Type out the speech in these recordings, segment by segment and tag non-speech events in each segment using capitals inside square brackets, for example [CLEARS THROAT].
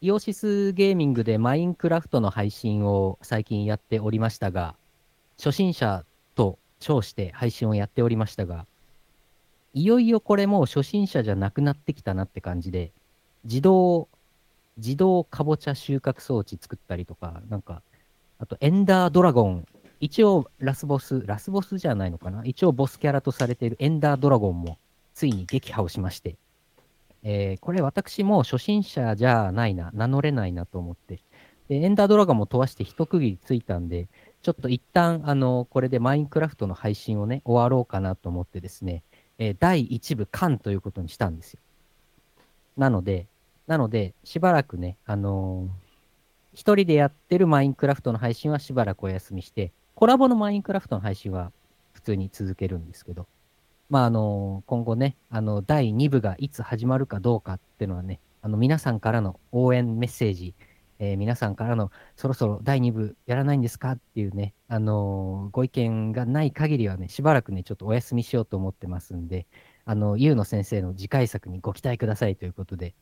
イオシスゲーミングでマインクラフトの配信を最近やっておりましたが、初心者と称して配信をやっておりましたが、いよいよこれもう初心者じゃなくなってきたなって感じで、自動、自動かぼちゃ収穫装置作ったりとか、なんか、あとエンダードラゴン、一応ラスボス、ラスボスじゃないのかな一応ボスキャラとされているエンダードラゴンもついに撃破をしまして、えーこれ私も初心者じゃないな、名乗れないなと思って、でエンダードラゴンも飛ばして一区切りついたんで、ちょっと一旦、あの、これでマインクラフトの配信をね、終わろうかなと思ってですね、えー第1部完ということにしたんですよ。なので、なので、しばらくね、あのー一人でやってるマインクラフトの配信はしばらくお休みして、コラボのマインクラフトの配信は普通に続けるんですけど、まあ、あのー今後ね、あの、第2部がいつ始まるかどうかっていうのはね、あの、皆さんからの応援メッセージ、えー皆さんからのそろそろ第2部やらないんですかっていうね、あのーご意見がない限りはね、しばらくね、ちょっとお休みしようと思ってますんで、あの、ゆうの先生の次回作にご期待くださいということで、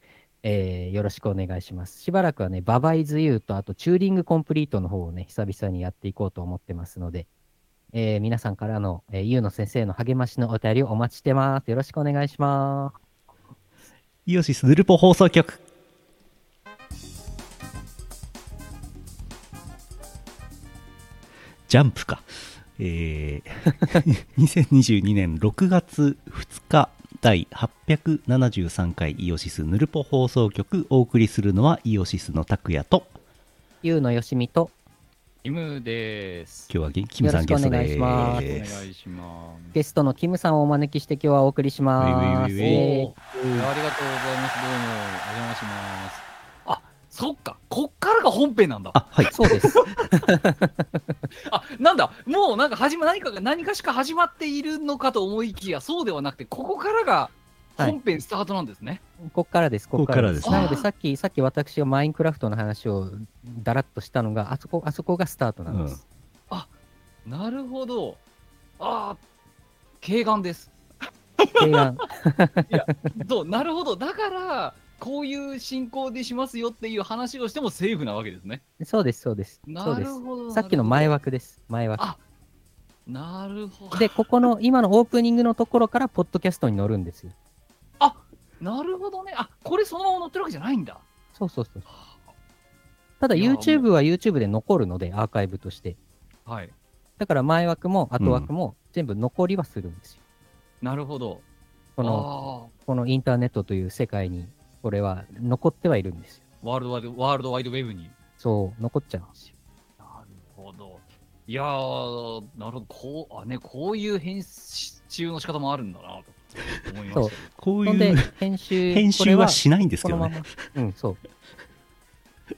えーよろしくお願いします。しばらくはね、ババイズユーと、あとチューリングコンプリートの方をね、久々にやっていこうと思ってますので、えー皆さんからの、えー、ゆうの先生の励ましのお便りをお待ちしてます。よろしくお願いします。イオシスヌルポ放送局。ジャンプか。えー、2022年6月2日第873回イオシスヌルポ放送局お送りするのはイオシスの拓也とゆうのよしみと、キムです。今日はゲキムさんよゲろスしくトお願いしでますお願す。いしまゲストのキムさんをお招きして今日はお送りします。ウェイウェす。おーイえウェイーありがとうございます。どうも、お邪魔します。あ、そっか、こっからが本編なんだ。あ、はい。そうです。 [LAUGHS] あ、なんだ、もうなんか始ま、何かが、何かしか始まっているのかと思いきや、そうではなくて、ここからが本編スタートなんですね。こっからです、こっからです。こっからですなので、ねさっき、さっき私がマインクラフトの話をだらっとしたのが、あそこ、あそこがスタートなんです。なるほど。ああ、軽 [LAUGHS] 眼です。提案。そう、なるほど。だから、こういう進行でしますよっていう話をしてもセーフなわけですね。そうです、そうです。そなうでるす。ほど。さっきの前枠です、前枠。あなるほど。で、ここの、今のオープニングのところから、ポッドキャストに乗るんですよ。なるほどね。あ、これそのまま乗ってるわけじゃないんだ。そうそうそう。ただ、いや YouTube は YouTube で残るので、アーカイブとして。はい。だから、前枠も後枠も、全部残りはするんですよ。なるほど。この、このインターネットという世界に、これは残ってはいるんですよ。あーワールドワイド、ワールドワイドウェブに。そう、残っちゃうんですよ。なるほど。いやー、なるほど。こう、あ、ね、こういう編集の仕方もあるんだなと思いまそうし。こうほんで [LAUGHS] いう、編集、編これ集はしないんですこけのどまね。ま。うん、そう。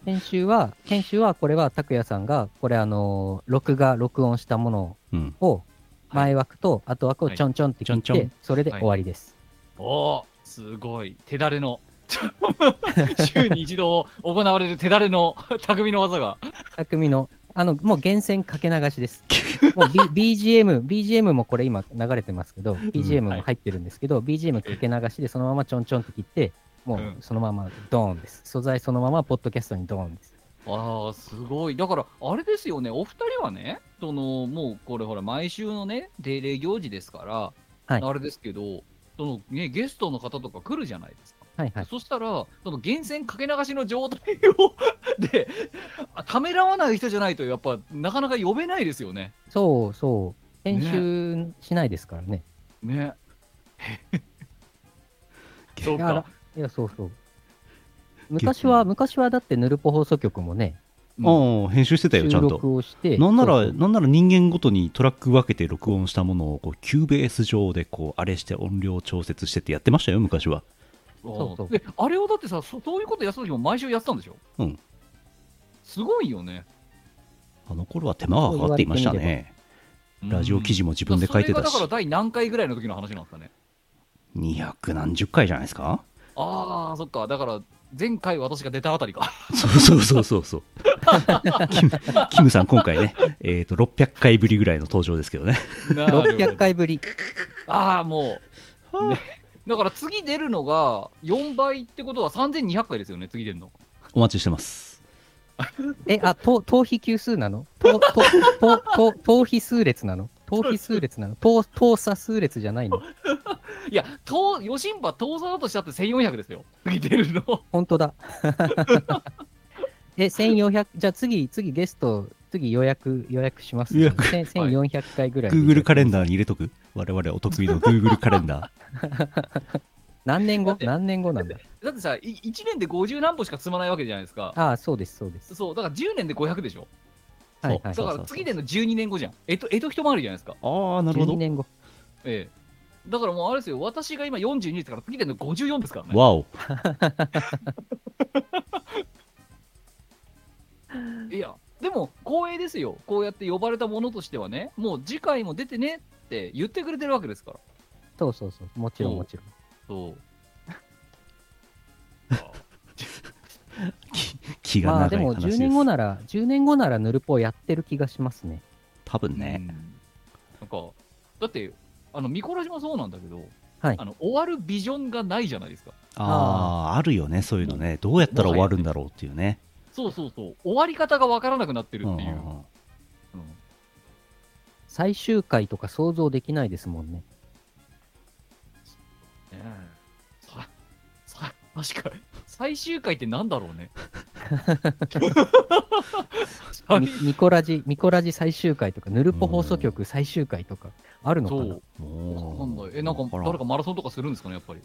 編集は、編集は、これは、拓也さんが、これ、あのー録画、録音したものうん。を、はい前枠と後枠をちょんちょんって切っはいちょんちょてん、それで終わりです。た。おー、すごい。手だれの。 [LAUGHS] 週に一度行われる手だれの [LAUGHS] 匠の技が。匠の、あの、もう厳選かけ流し [LAUGHS] です。もう、B、BGM、BGM もこれ今流れてますけど、BGM も入ってるんですけど、BGM かけ流しでそのままちょんちょんって切って、もううんそのままドーンです。素材そのままポッドキャストにドーンです。あー、すごい。だから、あれですよね。お二人はね、その、もうこれほら、毎週のね、定例行事ですから、はいあれですけど、そのね、ゲストの方とか来るじゃないですか。はいはい。そしたら、その源泉かけ流しの状態を [LAUGHS] で、あためらわない人じゃないと、やっぱなかなか呼べないですよね。そうそう。編集しないですからね。ね。そういやか。いや、そうそう。昔は、昔はだってヌルポ放送局もね、うんああ、編集してたよ、収ちゃんと。録をして、なんなら、そうそうなんなら人間ごとにトラック分けて録音したものをこうキューベース上でこうあれして音量調節してってやってましたよ昔はそうそうで、あれをだってさ、そそういうことやってた時も毎週やってたんでしょうん。すごいよね。あの頃は手間がかかっていましたねラジオ記事事も自分で書いてたしそれがだから第何回ぐらいの時の話なんですかね。 200何十回じゃないですかああ、そっか。だから、前回私が出たあたりか。そうそうそうそうそう [LAUGHS] キムキムさん今回ねえっ、と600回ぶりぐらいの登場ですけどね600回ぶり。ああ、もう、はあねだから次出るのが4倍ってことは3200回ですよね、次出るの。お待ちしてます。え、あ、と頭皮級数なのとととと頭皮数列なの頭皮数列なの頭頭差数列じゃないのいや、東ヨシンバ遠ざだとしたって1400ですよ。次出 [LAUGHS] るの。本当だ。 [LAUGHS] え、1400、じゃあ次、次ゲスト、次予約、予約します、予約せん1400回ぐらい。 Google カレンダーに入れとく我々お得意の Google カレンダ何年後何年後なんだだってさ、い1年で50何本しか積まないわけじゃないですか。ああ、そうです、そうです。そう、だから10年で500でしょ。そうはいはい。だうから次での12年後じゃん。えっと、えっと一回りじゃないですか。ー。ああ、なるほ12ど。年後。ええ。だからもうあれですよ、私が今42ですから、次での54ですからね。わお。いや、でも光栄ですよ。こうやって呼ばれたものとしてはね、もう次回も出てねって言ってくれてるわけですから。そうそうそう。もちろん、もちろん。そう。気気まがあで長いも話です。 10年後なら、10年後ならヌルポやってる気がしますね。多分ね。うんなんか、だって、あの、ミコラジもそうなんだけど、はいあの終わるビジョンがないじゃないですか。ああ、あるよね、そういうのね。どうやったら終わるんだろうっていうね。そうそうそう、終わり方がわからなくなってるうんうっんていう。うんうん最終回とか想像できないですもんね。ねえささ確かに最終回ってなんだろうね最みミコラジ、ミコラジ最終回とか、ヌルポ放送局最終回とか、あるのかそなうおなーんだえなんかわら誰かマラソンとかするんですかねやっぱり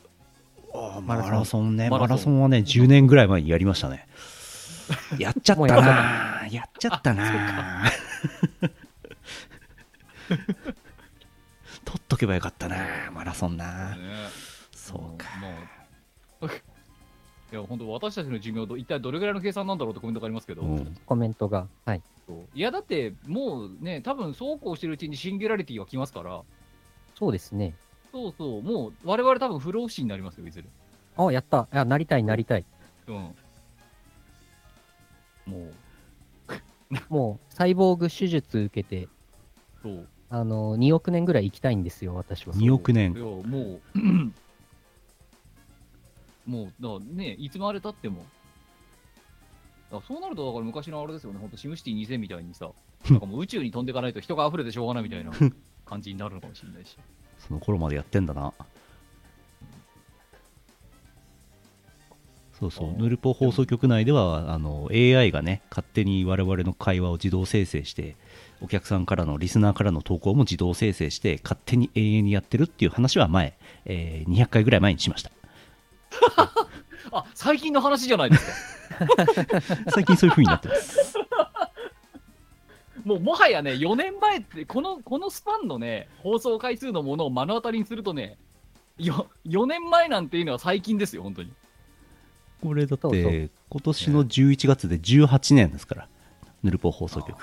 あーママラソンラソンねママラソンラソンはね10年ぐらい前にやりましたねやっちゃったもうやったなやっちゃったな [LAUGHS] 取っとけばよかったなマラソンなねそうかもうも [LAUGHS] ういや本当私たちの寿命と一体どれぐらいの計算なんだろうってコメントがありますけど、うんコメントが。はい。そういやだってもうね多分そうこうしてるうちにシンギュラリティが来ますからそうですね。そうそうもう我々多分不老不死になりますよいずれあ、やった。あ、なりたい、なりたい。うんもうもう、サイボーグ手術受けて、そうあの、2億年ぐらい生きたいんですよ、私は。に2億年い [CLEARS THROAT] やもう、もう、だからね、いつまでたっても。だからそうなると、だから昔のあれですよね、ほんとシムシティ2000みたいに [LAUGHS] さ、なんかもう宇宙に飛んでいかないと人が溢れてしょうがないみたいな感じになるのかもしれないし。その頃までやってんだなそうそうあーヌルポ放送局内ではあの AI がね勝手に我々の会話を自動生成してお客さんからのリスナーからの投稿も自動生成して勝手に永遠にやってるっていう話は前、えー200回ぐらい前にしましたあ最近の話じゃないですか。 [LAUGHS] 最近そういう風になってますもうもはやね、4年前って、このこのスパンのね、放送回数のものを目の当たりにするとね、よ4年前なんていうのは最近ですよ、本当に。 [LAUGHS] これだっそうそうて今年の11月で18年ですからヌルポ放送局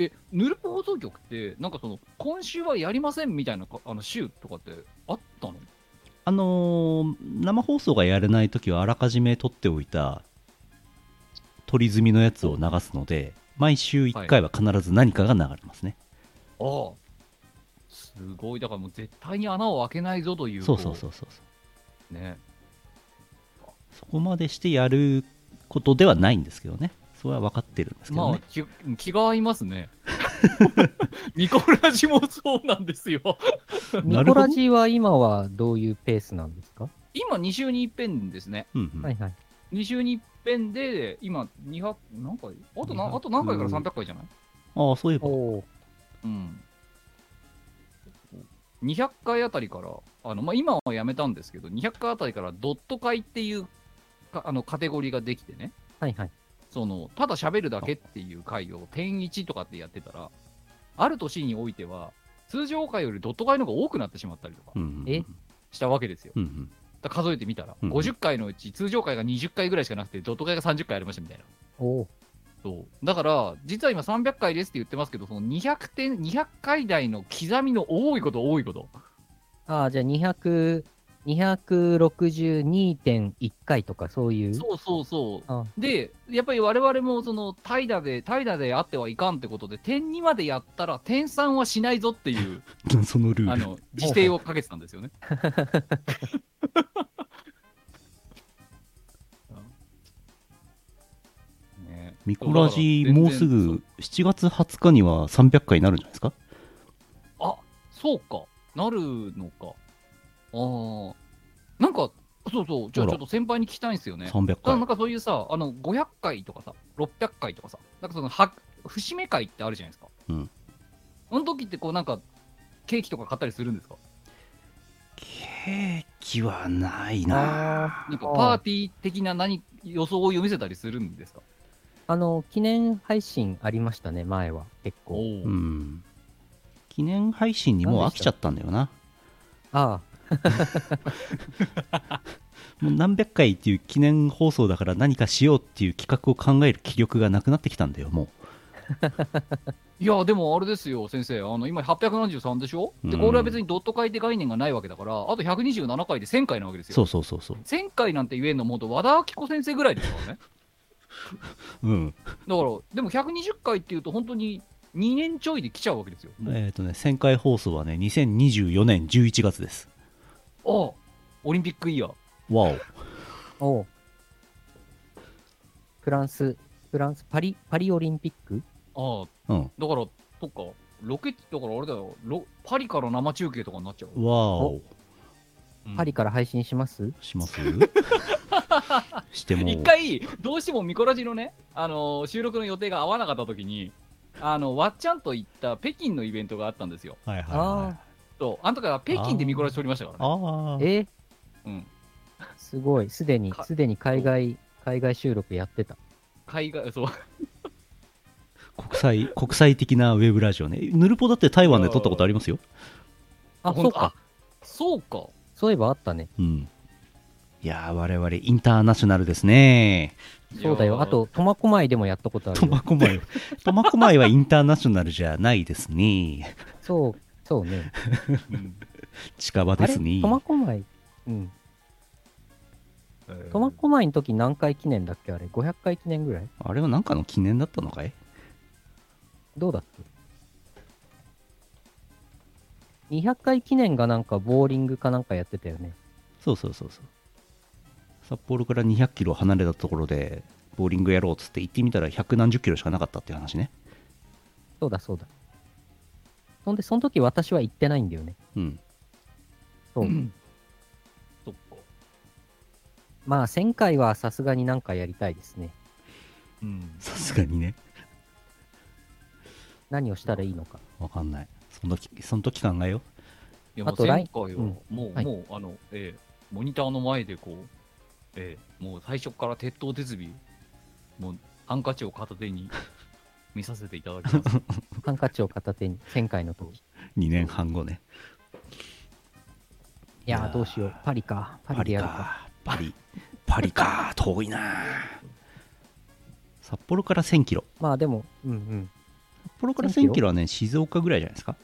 え、ヌルポ放送局って、なんかその、今週はやりませんみたいなかあの週とかってあったのあのー生放送がやれないときはあらかじめ撮っておいた撮り済みのやつを流すので毎週1回は必ず何かが流れますね、ああ。すごい、だからもう絶対に穴を開けないぞという。そうそうそうそうう。ね。そこまでしてやることではないんですけどねそれは分かってるんですけどまあね、、気気が合います [LAUGHS] ね。ミコラジもそうなんですよ。ミコラジは今はどういうペースなんですか今、2週に一遍ですね。うんうんはいはい。 2週に一遍で、今、200、何回あとなあと何回から300回じゃないああそういえばおーうん。200回あたりから、あのまあ、今はやめたんですけど、200回あたりからドット会っていうかあのカテゴリーができてね、はいはい。そのただ喋るだけっていう回を点1とかってやってたら、ある年においては、通常回よりドット会の方が多くなってしまったりとかうんうんうんえしたわけですよ。うんうんだから数えてみたら、うん50回のうち通常回が20回ぐらいしかなくて、ドット会が30回ありましたみたいな。おーそうだから、実は今300回ですって言ってますけど、その200点、200回台の刻みの多いこと、多いこと。ああ、じゃあ200、262.1回とか、そういう。そうそうそあう。で、やっぱり我々もその怠惰で、怠惰であってはいかんってことで、点2までやったら点3はしないぞっていう、 [LAUGHS] そのルあール [LAUGHS] の、自定をかけてたんですよね。ミコラジもうすぐ7月20日には300回になるんじゃないですかあそうか、なるのか。ああ、なんか、そうそう、じゃほらあちょっと先輩に聞きたいんですよね。 300ただなん回かそういうさ、あの500回とかさ、600回とかさ、なんかそのは節目会ってあるじゃないですか。うん。その時ってこうなんか、ケーキとか買ったりするんですかケーキはないななんかパーティー的な何装を読みせたりするんですかあの、記念配信ありましたね、前は。結構。おうーん記念配信にもう飽きちゃったんだよなあもう何百回っていう記念放送だから何かしようっていう企画を考える気力がなくなってきたんだよもいや、でもあれですよ、先生、あの今873でしょ、で、うんこれは別にドット回って概念がないわけだから、あと127回で1000回なわけですうよ。そうそうそうそう1000回なんて言えんの、もうと和田アキ子先生ぐらいですからね。 [LAUGHS] うんだから、でも120回っていうと、本当に2年ちょいで来ちゃうわけですよ。もうえっ、とね1000回放送はね2024年11月ですああ、オリンピックイヤー。わおあ、おうフランス、フランス、パリ、パリオリンピックああ、うんだから、そっか、ロケット、だからあれだよ、ロパリから生中継とかになっちゃう。わおうんパリから配信しますします [LAUGHS] しても一回、どうしてもミコラジのね、あのー収録の予定が合わなかったときに、あの、わっちゃんと行った北京のイベントがあったんですよ。はいはい、はいあ、そう、あの時は北京でミコラジ撮りましたからね。ああえうん。すごい。すでに、かすでに海外、海外収録やってた。海外、そう、国際国際的なウェブラジオねヌルポだって台湾で撮ったことありますよあ、ほんそうか。。そうか。そういえばあったね。うんいやー我々インターナショナルですねそうだいよ。やーあと、、苫小牧でもやったことある苫よ。小牧苫小牧はインターナショナルじゃないですねそう、そうね。うん近場あでれすね苫小牧。うん。苫小牧の時何回記念だっけあれ。500回記念ぐらいあれは何かの記念だったのかいどうだっけ ?200 回記念がなんかボーリングかなんかやってたよね。そうそうそうそう札幌から2 0 0キロ離れたところでボーリングやろうっつって行ってみたら百何十キロしかなかったっていう話ねそうだそうだ。そんで、その時私は行ってないんだよね。うんそう。そっか。まあ、1000回はさすがになんかやりたいですね。うん。さすがにね何をしたらいいのか。わかんないその時その時考えよいやもあうと来前回うは、んもう、はいもう、あの、ええモニターの前でこう、ええもう最初から鉄塔手首、もう、ハンカチを片手に見させていただきます。ハンカチを片手に、1000回の時。う2年半後ねいやー、どうしよう。パリか。パリでやるか。パリパリか遠いな札幌から1000キロまあ、でも、うんうん。札幌から1000 1000キロはね静岡ぐらいじゃないですか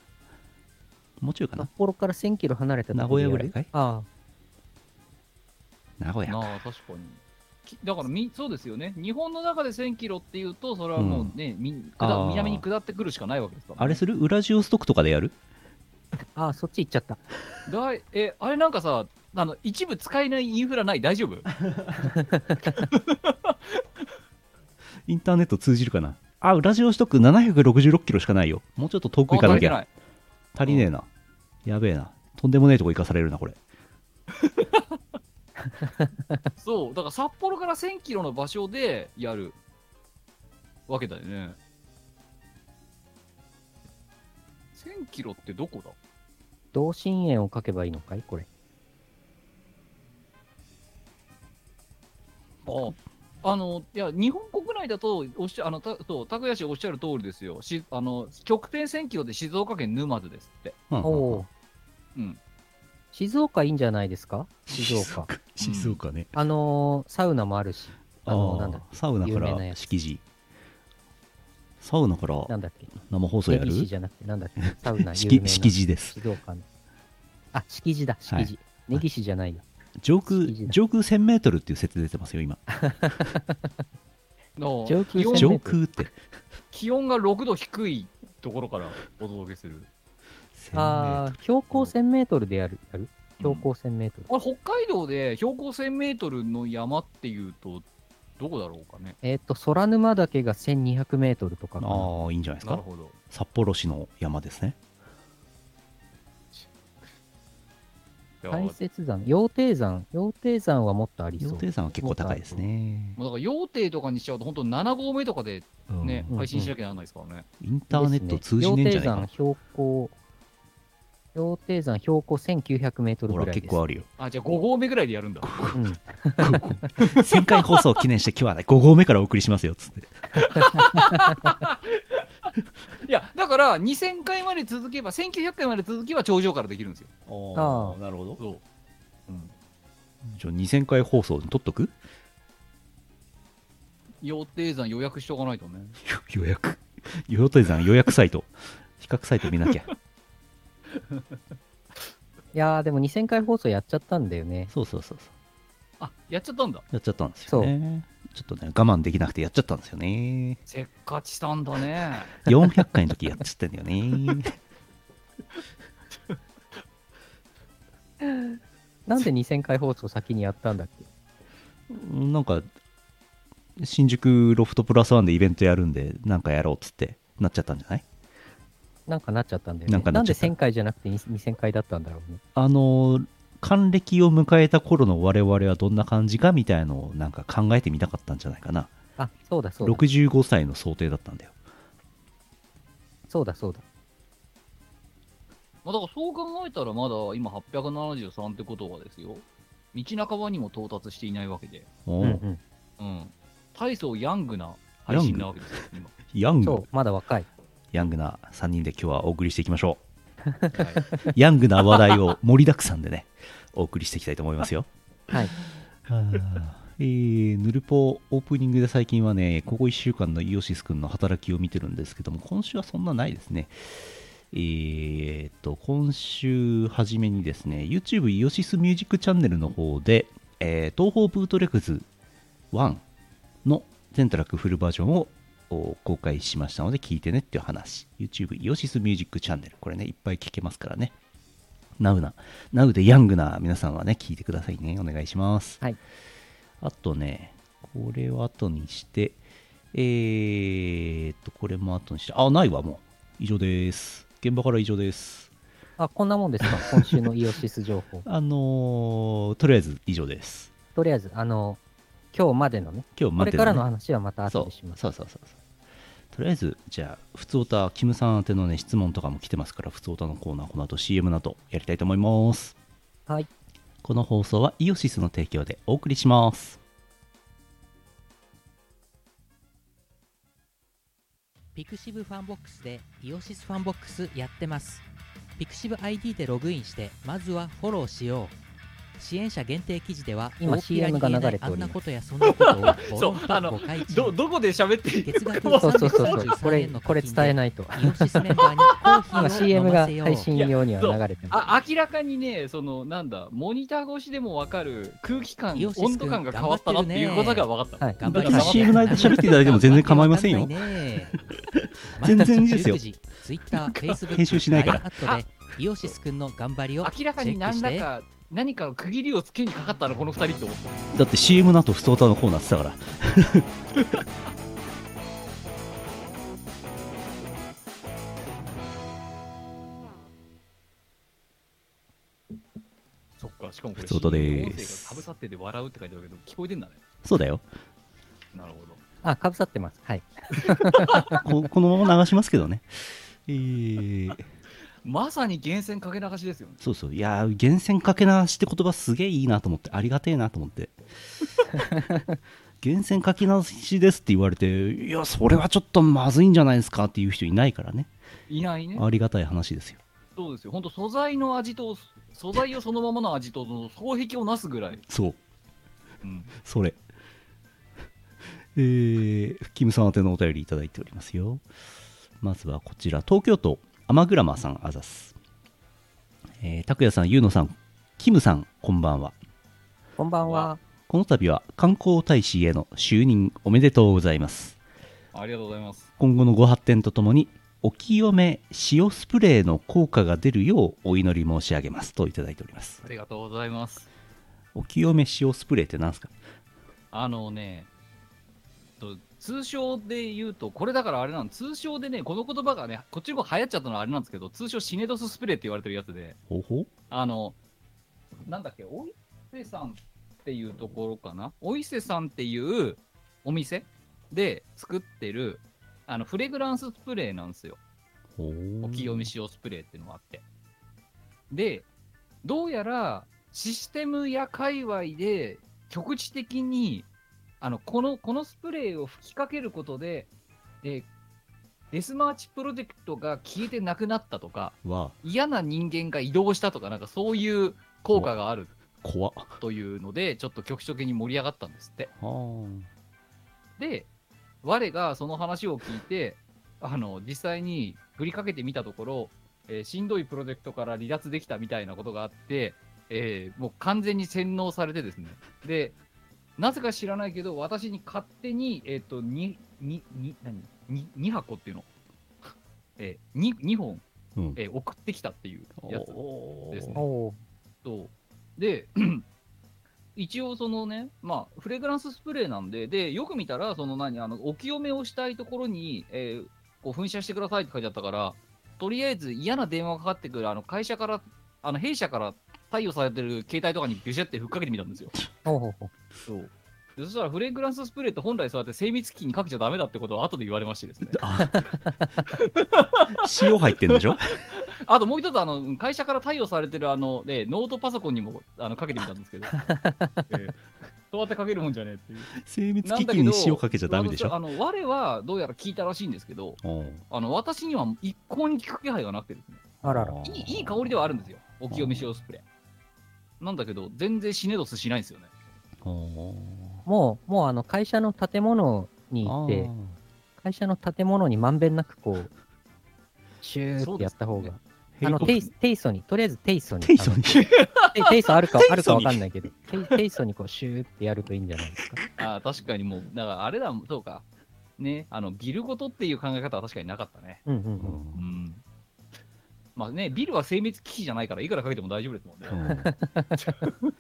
もうちょいかな札幌から1000キロ離れたとこ名古屋ぐらいでやるかいあ名古屋なあ、確かに。きだからみ、そうですよね。日本の中で1000キロっていうと、それはもうね、み下あー南に下ってくるしかないわけですから、あれするウラジオストクとかでやるあ、ああ、そっち行っちゃった。だいえ、あれなんかさ、あの、一部使えないインフラない大丈夫インターネット通じるかなあウラジオストク766キロしかないよもうちょっと遠く行かなきゃあ足りて足りねえなやべえなとんでもねえとこ行かされるなこれないそう、だから札幌から1000キロの場所でやるわけだよね。1000キロってどこだ同心円を書けばいいのかいこれ。ああのいや日本国内だとおっしゃあのたそう拓也氏おっしゃる通りですよしあの極点1000キロで静岡県沼津ですって、うんうんおうんおー。うん、静岡いいんじゃないですか静岡。静岡ね、あのー、サウナもあるし。あのー、なんだああサウナか有名なやらつ敷地サウナからなんだっけ生放送やる ABC じゃなくて、なんだっけサウナ有名な敷敷地です静岡の。あ、敷地だ、敷地。根岸じゃないよ。上空敷地だ上空1000メートルっていう説出てますよ今の上空気温1000メー上トル空って気温が6度低いところからお届けするああ、標高1000メートルでやる。やる標高1000メートル。あれ北海道で標高1000メートルの山っていうとどこだろうかね。えっ、と、空沼岳が1200メートルとかかなああ、いいんじゃないですなるか。ほど。札幌市の山ですね。いや大雪山、羊蹄山、羊蹄山はもっとありそう。羊蹄山は結構高いですね。もうだから、要定とかにしちゃうと、本当7合目とかでね、うん配信しなきゃならないですからね。インターネット通じねえんじゃないかな。羊蹄山標高、羊蹄山標高1900メートルほぐらら、いで結す。構あるよ。あ、じゃあ5合目ぐらいでや [LAUGHS] るんだ。うん1000回放送を記念して今日はね、5合目からお送りしますよ、つって。いや、だから、2000回まで続けば、1900回まで続けば頂上からできるんですよ。ああなるほど。そう。うん。じゃあ2000回放送取っとく要定山予約しとかないとね。 [LAUGHS] 予約。ヨトイさん予約サイト。比較サイト見なきゃ。いやー、でも2000回放送やっちゃったんだよね。 [LAUGHS] そうそうそうそう。あ、やっちゃったんだ。やっちゃったんですよね。ちょっとね、我慢できなくてやっちゃったんですよね。せっかちさんだね。 [LAUGHS] 400回の時やっちゃったんだよね。 [LAUGHS] なんで2000回放送先にやったんだっけうんなんか、新宿ロフトプラスワンでイベントやるんで、なんかやろうっつってなっちゃったんじゃないなんかなっちゃったんだよね。ななんんかなっちでゃった1000回じゃなくて2000回だったんだろうね。あの、還暦を迎えた頃の我々はどんな感じかみたいのをなんか考えてみたかったんじゃないかな。あ、そうだそうだ。 65歳の想定だったんだよ。そうだそうだ。まあ、だからそう考えたら、まだ今873ってことはですよ。道半ばにも到達していないわけで。おううんうん。うん。大層ヤングな配信なわけですよ、今。ヤンそうグ、、まだ若い。ヤングな3人で今日はお送りしていきましょはい、う。ヤングな話題を盛りだくさんでね、お送りしていきたいと思いますよ。はい。はあえー、ヌルポオープニングで最近はね、ここ1週間のイオシス君の働きを見てるんですけども、今週はそんなないですね。えーっと、今週初めにですね、YouTube イオシスミュージックチャンネルの方で、えー東方ブートレクズ1の全トラックフルバージョンをお公開しましたので、聞いてねっていう話。YouTube イオシスミュージックチャンネル。これね、いっぱい聞けますからね。ナウな、ナウでヤングな皆さんはね、聞いてくださいね。お願いします。はい。あとね、これを後にして、えーっと、これも後にして、あ、ないわ、もう。以上です。現場から以上です。。あ、こんなもん [LAUGHS] ですか。今週のイオシス情報あのーとりあえず以上です。とりあえず、あの、今日までのね、今日こ待れってかるねらの話はまたそ後うでします。そうそうそうそうとりあえず、じゃあ、普通歌、キムさん宛てのね、質問とかも来てますから、普通歌のコーナー、この後 CM などやりたいと思います。はい。この放送はイオシスの提供でお送りします。ピクシブファンボックスでイオシスファンボックスやってます。ピクシブ ID でログインして、まずはフォローしよう。支援者限定記事では、今大っぴらに CM が流れておりますあんなことやそんなことをボそロうンとあの5回一 [LAUGHS] ど、どこで喋っていい月額かわそかんうなそいうそうそう。こ33れ円の、課これ金で伝えないと。イオシスメンバーにコーヒ今ーを CM 飲まがせよ配う。信用には流れてます。あ明らかにね、そのなんだ、モニター越しでも分かる空気感イオ、シス君温度感が変わったなっていうことが分かった。はい。頑張り別まにしょう CM の間喋っていただいても全然構いませんよわかないね全然いいですよ毎日19時 [LAUGHS] Twitter、Facebook、編集しないから LINE アットでイオシスくんの頑張りを明らかに何らチェか、何か区切りをつけにかかったの、この2人と思った。だって CM の後、普通歌のコーナーって言ってたから。そっか、しかもこれ、普通音でーす CM 音声がかぶさってて笑うって書いてあるけど、聞こえてんだね。そうだよ。なるほど。あ、かぶさってます。はい。こ [LAUGHS] このまま流しますけどね。えー、まさに源泉かけ流しですよね。そうそう。いやー、源泉かけ流しって言葉すげえいいなと思って、ありがてえなと思って。源泉かけ流しですって言われて、いや、それはちょっとまずいんじゃないですかっていう人いないからね。いないね。ありがたい話ですよ。そうですよ。本当素材の味と、素材をそのままの味と、その双璧をなすぐらい。そう、うんそれ。 [LAUGHS] えー、キムさん宛てのお便りいただいておりますよ。まずはこちら、東京都、アマグラマーさん、あざす。えー、拓也さん、ゆうのさん、キムさん、こんばんは。こんばんは。この度は観光大使への就任おめでとうございます。ありがとうございます。今後のご発展とともに、お清め塩スプレーの効果が出るようお祈り申し上げますといただいておりますあ。りがとうございます。お清め塩スプレーって何すかあのね、と通称で言うと、これだからあれなん通称でね、この言葉がね、こっちの方が流行っちゃったのはあれなんですけど、通称シネドススプレーって言われてるやつで、ほほあの、なんだっけ、お伊勢さんっていうところかな、お伊勢さんっていうお店で作ってる、あのフレグランススプレーなんですよ。ほお清め塩スプレーっていうのがあって。で、どうやらシステムや界隈で局地的にあのこのこのスプレーを吹きかけることで、えーデスマーチプロジェクトが消えてなくなったとか、は嫌な人間が移動したとか、なんかそういう効果がある怖っというので、ちょっと局所的に盛り上がったんですって。はで、我がその話を聞いて、あの実際に振りかけてみたところ、えーしんどいプロジェクトから離脱できたみたいなことがあって、えーもう完全に洗脳されてですね、で、なぜか知らないけど、私に勝手に、えっ、と、に、に、に、何に ?2 箱っていうの、 [LAUGHS] えー、に2本、あうんえー送ってきたっていうやつおですねーおお。と、で、 [CLEARS THROAT] 一応そのね、まあ、フレグランススプレーなんで、で、よく見たら、その何、あの、お清めをしたいところに、えーこう噴射してくださいって書いてあったから、とりあえず嫌な電話がかかってくる、あの、会社から、あの、弊社から貸与されてる携帯とかにビシャってふっかけてみたんですよ。ほうほうほう。そう。でそしたら、フレグランススプレーって本来そうやって精密機器にかけちゃダメだってことを後で言われましてですね。あ塩入ってんでしょあともう一つ、あの会社から貸与されてるあの、ね、ノートパソコンにもあのかけてみたんで [LAUGHS] すけど、ええそうやってかけるもんじゃねえっていう。精密な機ん器だけどに塩かけちゃダメでし私ょあの我はどうやら聞いたらしいんですけど、おうあの私には一向に効く気配がなくてですねあらら。いい、いい香りではあるんですよ、お清め塩スプレー。なんだけど、全然シネドスしないんですよね。おもう、もうあの会社の建物にー行あってー、会社の建物にまんべんなくこう、シューってやった方が。そうあのヘリコプターテイステイソに、とりあえずテイソに。テイソンにあのテイテイソあるかテイソにあるかわかんないけど、テイテイソにこうシューってやるといいんじゃないですか。あー確かにもう、だからあれだ、そうか、ね、あのビルごとっていう考え方は確かになかったね。うんうんうん。うんまあね、ビルは精密機器じゃないから、いくらかけても大丈夫ですもんね。うん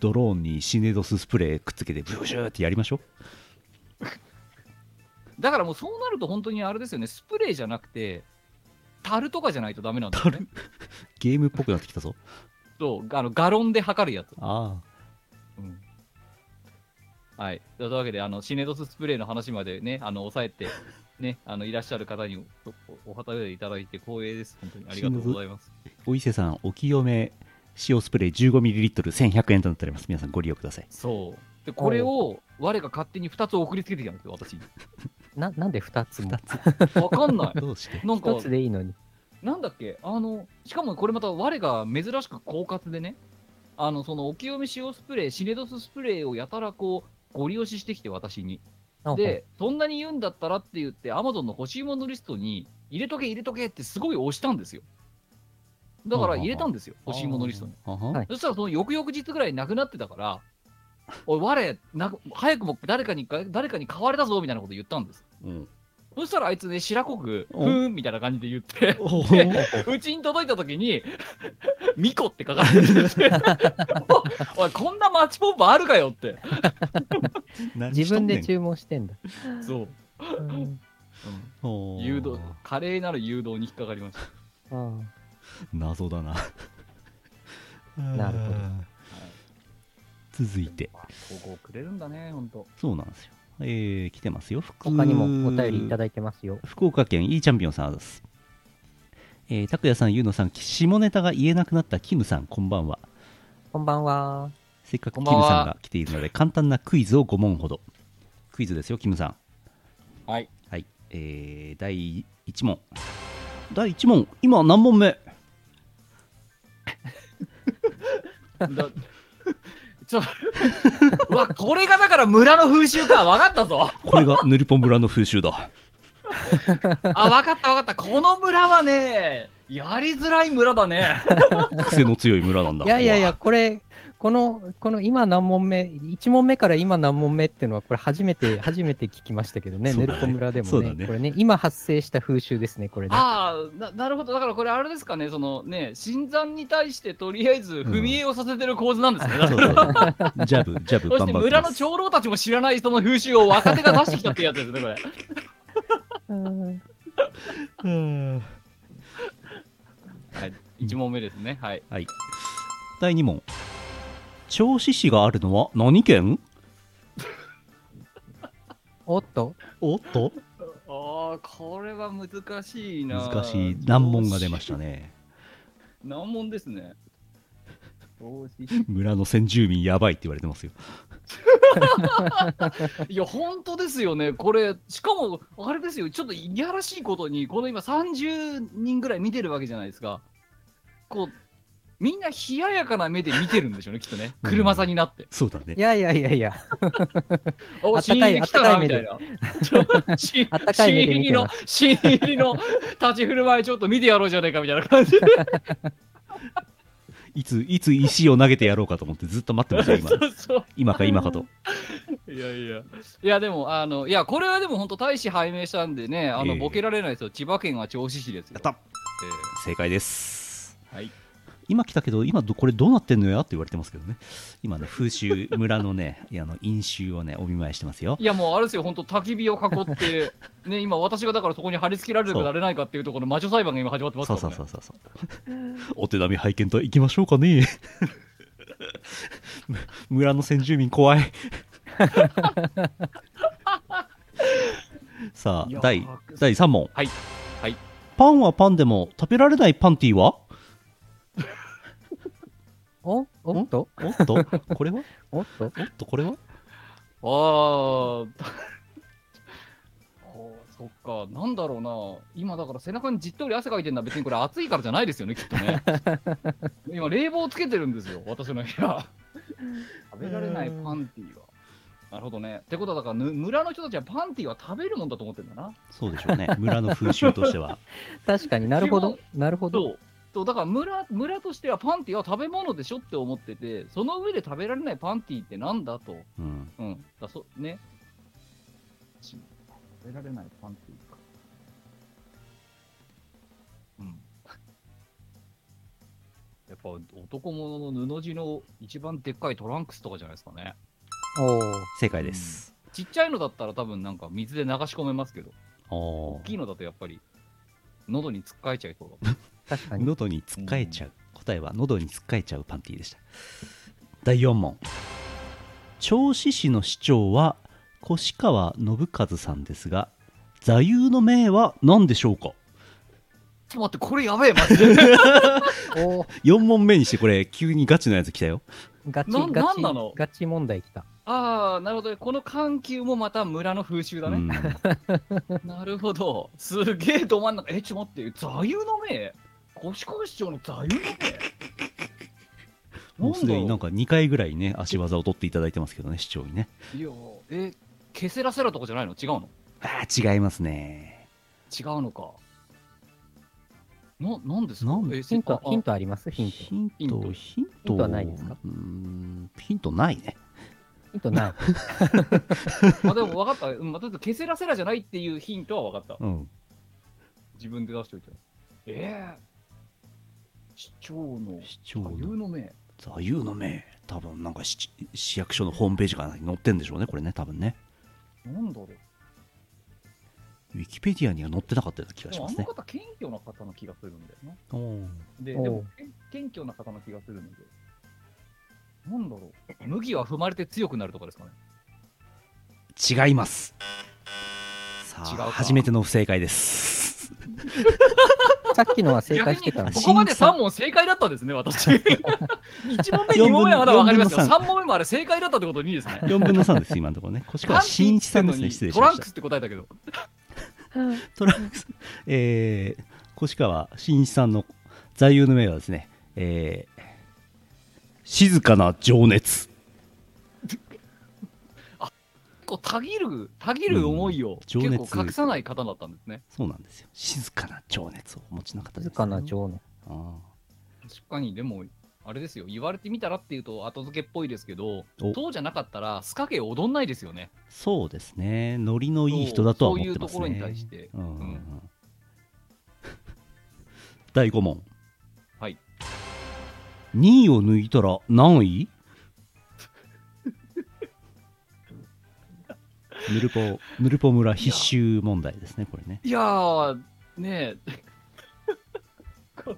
ドローンにシネドススプレーくっつけてブシュブシューってやりましょだからもうそうなると本当にあれですよね、スプレーじゃなくて、樽とかじゃないとダメなんだよね。うゲームっぽくなってきたぞそう、あのガロンで測るやつ。あうんはい。というわけで、あの、シネドススプレーの話までね、あの、抑えて、ね、あの、いらっしゃる方におおお旗でいただいて光栄です。本当にありがとうございます。あお伊勢さんお清め塩スプレー 15ml1100 円となっております皆さんご利用くださいそう。で、これを、我が勝手に2つ送りつけてきたんですよ、私に。ななんで2つも二わか [LAUGHS] んない。どうしてなんか、 1つでいいのに。なんだっけ、あの、しかもこれまた我が珍しく狡猾でね、あの、そのお清め塩スプレー、シネドススプレーをやたらこう、ご利用ししてきて私に。で、そんなに言うんだったらって言って、アマゾンの欲しいものリストに、入れとけ、入れとけってすごい押したんですよ。だから入れたんですよ、欲しいものリストに。あははいそしたら、その翌々日ぐらいなくなってたから、 [LAUGHS] おい、我、なく早くも誰かに、誰かに買われたぞみたいなこと言ったんです。うんそしたらあいつね、白濃く、ふおーんみたいな感じで言って、おでー [LAUGHS] うちに届いたときに、 [LAUGHS] ミコって書かれてて、 [LAUGHS] おおい、こんなマッチポンプあるかよって。何し自と分んねんで注文してんだ。そう。うんおー誘導、華麗なる誘導に引っかかりました。あ謎 [LAUGHS] だななるほどあー続いて投稿くれるんだね、本当。そうなんですよえー、来てますよあ他にもお便りいただいてますよ。福岡県いいチャンピオンさんです。えー、拓也さん、ゆうのさん、下ネタが言えなくなったキムさん、こんばんは。こんばんは。せっかくこキんムばんはさんが来ているので、簡単なクイズを5問ほど。クイズですよ、キムさん。はい。はい。えー、第1問。第1問、今何問目だ [LAUGHS] ちょ、 [LAUGHS] うわ、これがだから村の風習か、わかったぞ。これがヌルポ村の風習だ。あ、わかったわかった。この村はね、やりづらい村だね。癖の強い村なんだ。いやいやいや、これ、この、この今何問目、1問目から今何問目っていうのは、これ初め [LAUGHS] て、初めて聞きましたけどね、そうネだねルコ村でそもうだねねこれね、今発生した風習ですね、これね。ああな、なるほど、だからこれ、あれですかね、そのね、新参に対してとりあえず踏み絵をさせてる構図なんですね。だかそうらそうジャブ、ジャブ、そバしンバン打てって村まのす。長老たちも知らないその風習を若手が出してきたってやつですね、これ。うんうんはい、1問目ですね。はい。はい。第2問。銚子市があるのは何県おっと、おっとああ、これは難しいな。難しい難問が出ましたね。難問ですね。どうし村の先住民やばいって言われてますよ。いや、本当ですよね、これ、しかも、あれですよ、ちょっといやらしいことに、この今、30人ぐらい見てるわけじゃないですか。こう、みんな冷ややかな目で見てるんでしょうね、きっとね、うん車座になって。そうだねい。やいやいやいや、お、あった新かい入り来たな、みたいあな。ちょ新あったかい目で入見りてのま、新入りの立ち振る舞い、ちょっと見てやろうじゃないかみたいな感じで。いつ、いつ石を投げてやろうかと思ってずっと待ってますよ、今そ。うそう今か今かと。いやいや、いやでも、あの、いや、これはでも本当、大使拝命したんでね、あえの、えボケられないですよ、千葉県は銚子市ですよ。やったえ正解です。えはい。今来たけど、今どこれどうなってんのやって言われてますけどね。今ね、風習、村のね、いやあの飲酒をね、お見舞いしてますよ。いやもうあれですよ、本当、焚き火を囲って、 [LAUGHS] ね、今、私がだからそこに貼り付けられるかなれないかっていうところの魔女裁判が今始まってますそかうら、そね、うそうそうそう。 [LAUGHS] お手並み拝見と行きましょうかね。 [LAUGHS] む村の先住民怖 [LAUGHS] い。さあいや、第第3問。はいはいパンはパンでも食べられないパンティーはおおっと、おっと、これはおっと、おっと、これは [LAUGHS] あーあー、そっか、なんだろうな、今だから背中にじっとり汗かいてるのは別にこれ暑いからじゃないですよね、きっと [LAUGHS] ね。今、冷房つけてるんですよ、私の部屋。食べられないパンティーは。なるほどね。ってことは、だからぬ村の人たちはパンティーは食べるもんだと思ってるんだな。そうでしょうね。村の風習として [LAUGHS] は。確かになるほど、なるほど。そうそうだから村村としてはパンティは食べ物でしょって思っててその上で食べられないパンティってなんだと、うん、うん、だそねし食べられないパンティか、うん、 [LAUGHS] やっぱ男物の布地の一番でっかいトランクスとかじゃないですかねお正解です。ちっちゃいのだったら多分なんか水で流し込めますけどお大きーいのだとやっぱり喉に突っかえちゃいそうだも [LAUGHS] ん確かに。喉につっかえちゃう。答えは喉につっかえちゃうパンティーでした。第4問。銚子市の市長は越川信一さんですが、座右の銘は何でしょうかちょっと待ってこれやべえマジで [LAUGHS] おー ?4 問目にしてこれ、急にガチのやつ来たよ。ガチなガなんチなのガチ問題きた。ああ、なるほどね。この緩急もまた村の風習だう [LAUGHS] ね。んなるほど。すげえど真ん中。え、ちょっと待って、座右の銘越川市長の座右の銘もうすでになんか。か2回ぐらいね、足技を取っていただいてますけどね、市長にね。いや、え、ケセラセラとかじゃないの違うのああ、違いますね。違うのか。な、なんですかなんえヒンせっトか、くヒントありますヒント。ヒヒント、トヒント。ヒントはないですかうーん、ヒントないね。ントない。ああ、でも分かった。うん、まあとりあえずケセラセラじゃないっていうヒントは分かった。うん。自分で出しておいて。ええ市長の市長座右のの銘。座右の銘多分なんか市市役所のホームページかなんかに載ってんでしょうねこれね多分ねなんだろうウィキペディアには載ってなかったような気がでしもまあすのね方、謙虚な方の気がするんだよな。おで、でおうも、けん謙虚な方の気がするので、なんだろう、麦は踏まれて強くなるとかですかね。ー違いますさ違うかあ初めての不正解ですさっきのは正逆解してに、たんあでこしこまで新さん3問正解だったんですね、私。1問目、2問目はまだ分かりますけど、3問目もあれ正解だったってことにいいですね。 4分の3です今のところね越川慎一さんですね失礼しトラまンしクたスって答えたけど、トランクスえー、越川慎一さんの座右の銘はですねえー静かな情熱こうたぎる、たぎる思いうをん結情熱構隠さない方だったんですね。そうなんですよ静かな情熱をお持ちの方で静す、かな情熱。あー確かに、でも、あれですよ、言われてみたらっていうと後付けっぽいですけどお、そうじゃなかったら、スカケ踊んないですよね。そうですねノリのいい人だとは思ってますねそうそういうところに対してうんうんうんう [LAUGHS] 第5問はい2位を抜いたら何位 [LAUGHS] ヌルポヌルポ村必修問題ですねこれねいやー、ねえ。こ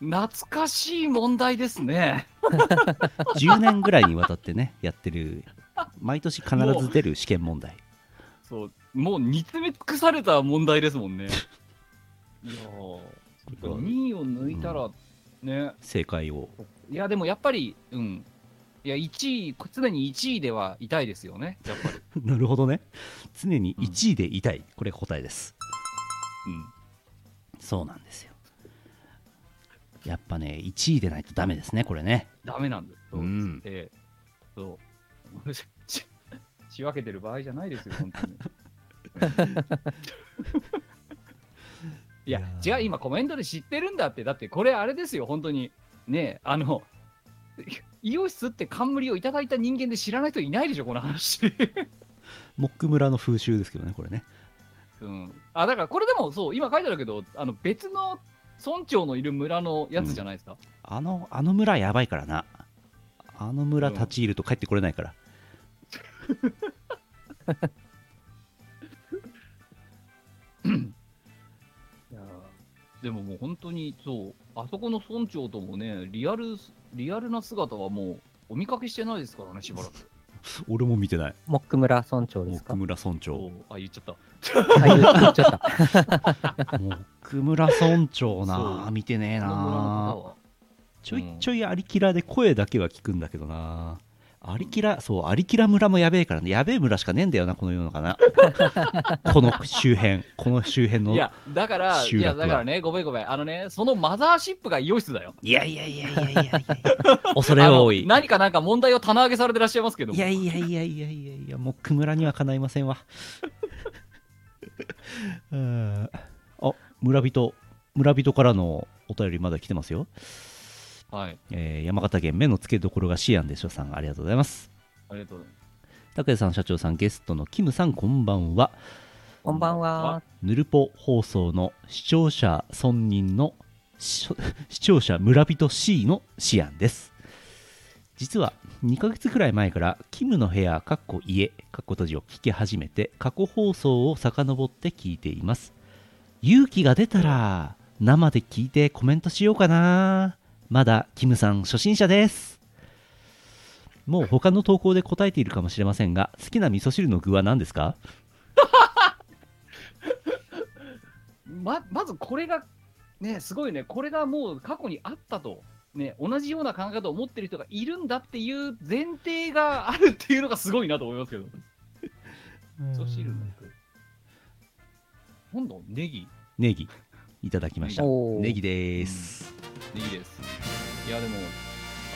懐かしい問題ですね。 10年ぐらいにわたってね [LAUGHS] やってる毎年必ず出る試験問題そう、もう煮詰め尽くされた問題ですもんね。いやー、2位を抜いたら、ね、正解 [LAUGHS] をいや、でもやっぱり、うん。いや、1位、常に1位ではいたいですよね、やっぱり。なるほどね常に1位でいたい、これが答えですそうなんですよやっぱね1位でないとダメですねこれねうん。ダメなんです。そううんええそう。しし仕分けてる場合じゃないですよ、本当に。いやいや、ー違う、今コメントで知ってるんだって、だってこれあれですよ、本当に。ねえ、あの、イオシスって冠をいただいた人間で知らない人いないでしょ、この話。モック村の風習ですけどねこれねうん、あだからこれでもそう今書いてあるけどあの別の村長のいる村のやつじゃないですか、あのあの村やばいからなあの村立ち入ると帰ってこれないから、いやーでももう本当にそうあそこの村長ともねリアルリアルな姿はもうお見かけしてないですからねしばらく俺も見てないモック村村長でモすックか村村長そうあ言っちゃったはい言っちゃった。モック村村長なそう見てねえこの村のな方はちょいちょいアリキラで声だけは聞くんだけどなアリキラそうアリキラ村もやべえからねやべえ村しかねえんだよなこの世の [LAUGHS] かなこの周辺この周辺のいやだから集い落はやだからねごめんごめんあのねそのマザーシップがイオシスだよいやいやいやいやいやいや [LAUGHS] 恐れ多いあの何かなんか問題を棚上げされてらっしゃいますけどもいやいやいやいやいやいや、モック村にはかないませんわ。 [LAUGHS] うーんあ、村人、村人からのお便りまだ来てますよ。はいえー山形県目の付けどころがシアンでしょさん、ありがとうございます。ありがとうございます拓也さん、社長さん、ゲストのキムさん、こんばんは。こんばんは。ヌルポ放送の視聴者村人の視聴 [LAUGHS] 視聴者村人 C のシアンです実は2ヶ月くらい前からキムの部屋かっこ家かっこ閉じを聞き始めて過去放送を遡って聞いています勇気が出たら生で聞いてコメントしようかなまだキムさん初心者ですもう他の投稿で答えているかもしれませんが好きな味噌汁の具は何ですかままずこれが、ね、すごいね、これがもう過去にあったと、ね、同じような考え方を持ってる人がいるんだっていう前提があるっていうのがすごいなと思いますけど、味噌汁の具今度、ネギ、ネギいただきましたおーネギです、ネギです。いや、でも、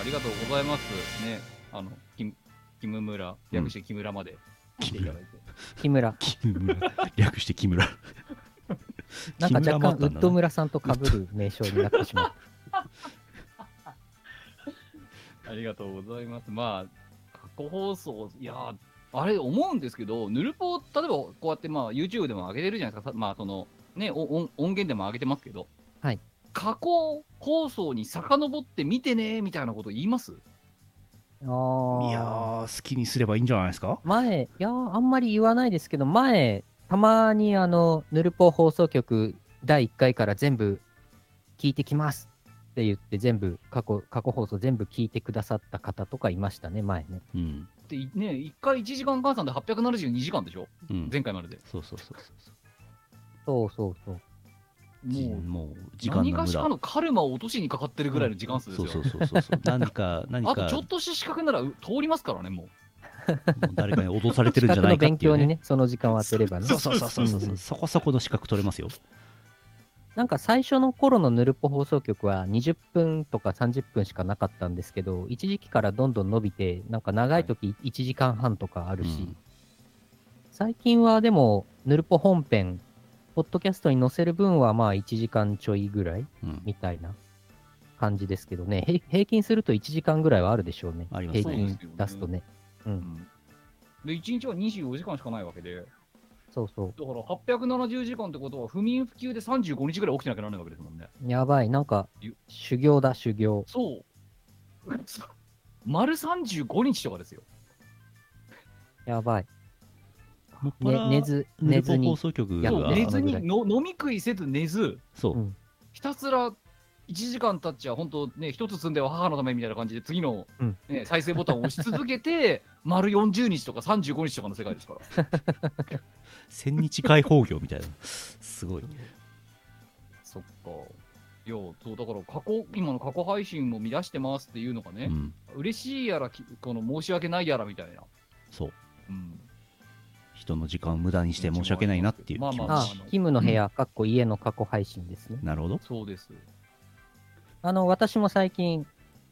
ありがとうございます。ね、あの、キムキム村、略してキムラまで来ていただいて。木村。木村略して木村 [LAUGHS] なんか木村もあ若干ウったんだなッド村さんと被る名称になってしまう。ありがとうございます。まあ、過去放送、いやー、あれ思うんですけど、ヌルポ、例えばこうやってまあ YouTube でも上げてるじゃないですか、さまあその、ね、お音音源でも上げてますけど、はい。過去放送に遡って見てねーみたいなこと言いますああ。 [LAUGHS] いやー好きにすればいいんじゃないですか前、いやーあんまり言わないですけど、前、たまにあの、ヌルポ放送局第1回から全部聞いてきますって言って、全部、過去、過去放送全部聞いてくださった方とかいましたね、前ね。うん、って、いね、1回1時間換算で872時間でしょうん、前回までで。そうそうそうそそうそうそう。うじもう、もう時間の無何駄かしらのカルマを落としにかかってるぐらいの時間数ですよ。そうそうそうそうそう何か何 [LAUGHS] あかとちょっとした資格ならう通りますからね、もう。もう誰かに脅されてるんじゃ資格なのいかっ勉てい強う、にね [LAUGHS] ね、その時間を当てればね。そうそうそうそうそう、うんそこそこの資格取れますよなんか最初の頃のヌルポ放送局は20分とか30分しかなかったんですけど、一時期からどんどん伸びて、なんか長い時1時間半とかあるし、うん最近はでも、ヌルポ本編、ポッドキャストに載せる分はまあ1時間ちょいぐらいうんみたいな感じですけどね、へい平均すると1時間ぐらいはあるでしょうね、ありますね平均出すとね。うん、で、1日は24時間しかないわけで、だかそうそう。ら870時間ってことは、不眠不休で35日ぐらい起きてなきゃならないわけですもんね。やばい、なんかゆ、修行だ、修行。そう。 [LAUGHS] 丸35日とかですよ。やばい。もっぱらね、寝ず、ヌ寝ルポず放に。送局やがっそうぱ寝ずあのにの飲み食いせず寝ず、そう、うんひたすら1時間経っちゃ、本当ね、一つ積んでは母のためみたいな感じで、次の、うんね再生ボタンを押し続けて、 [LAUGHS] 丸40日とか35日とかの世界ですから。千日開放業みたいなすごい [LAUGHS] そっか。いや、そう、だから過去、今の過去配信も乱してますっていうのがうね、ん嬉しいやら、きこの申し訳ないやらみたいな。そううん。人の時間を無駄にして申し訳ないなっていう気持ち、まあま [LAUGHS] あ、キムの部屋、かっこ家の過去配信ですね。なるほどそうです。あの、私も最近、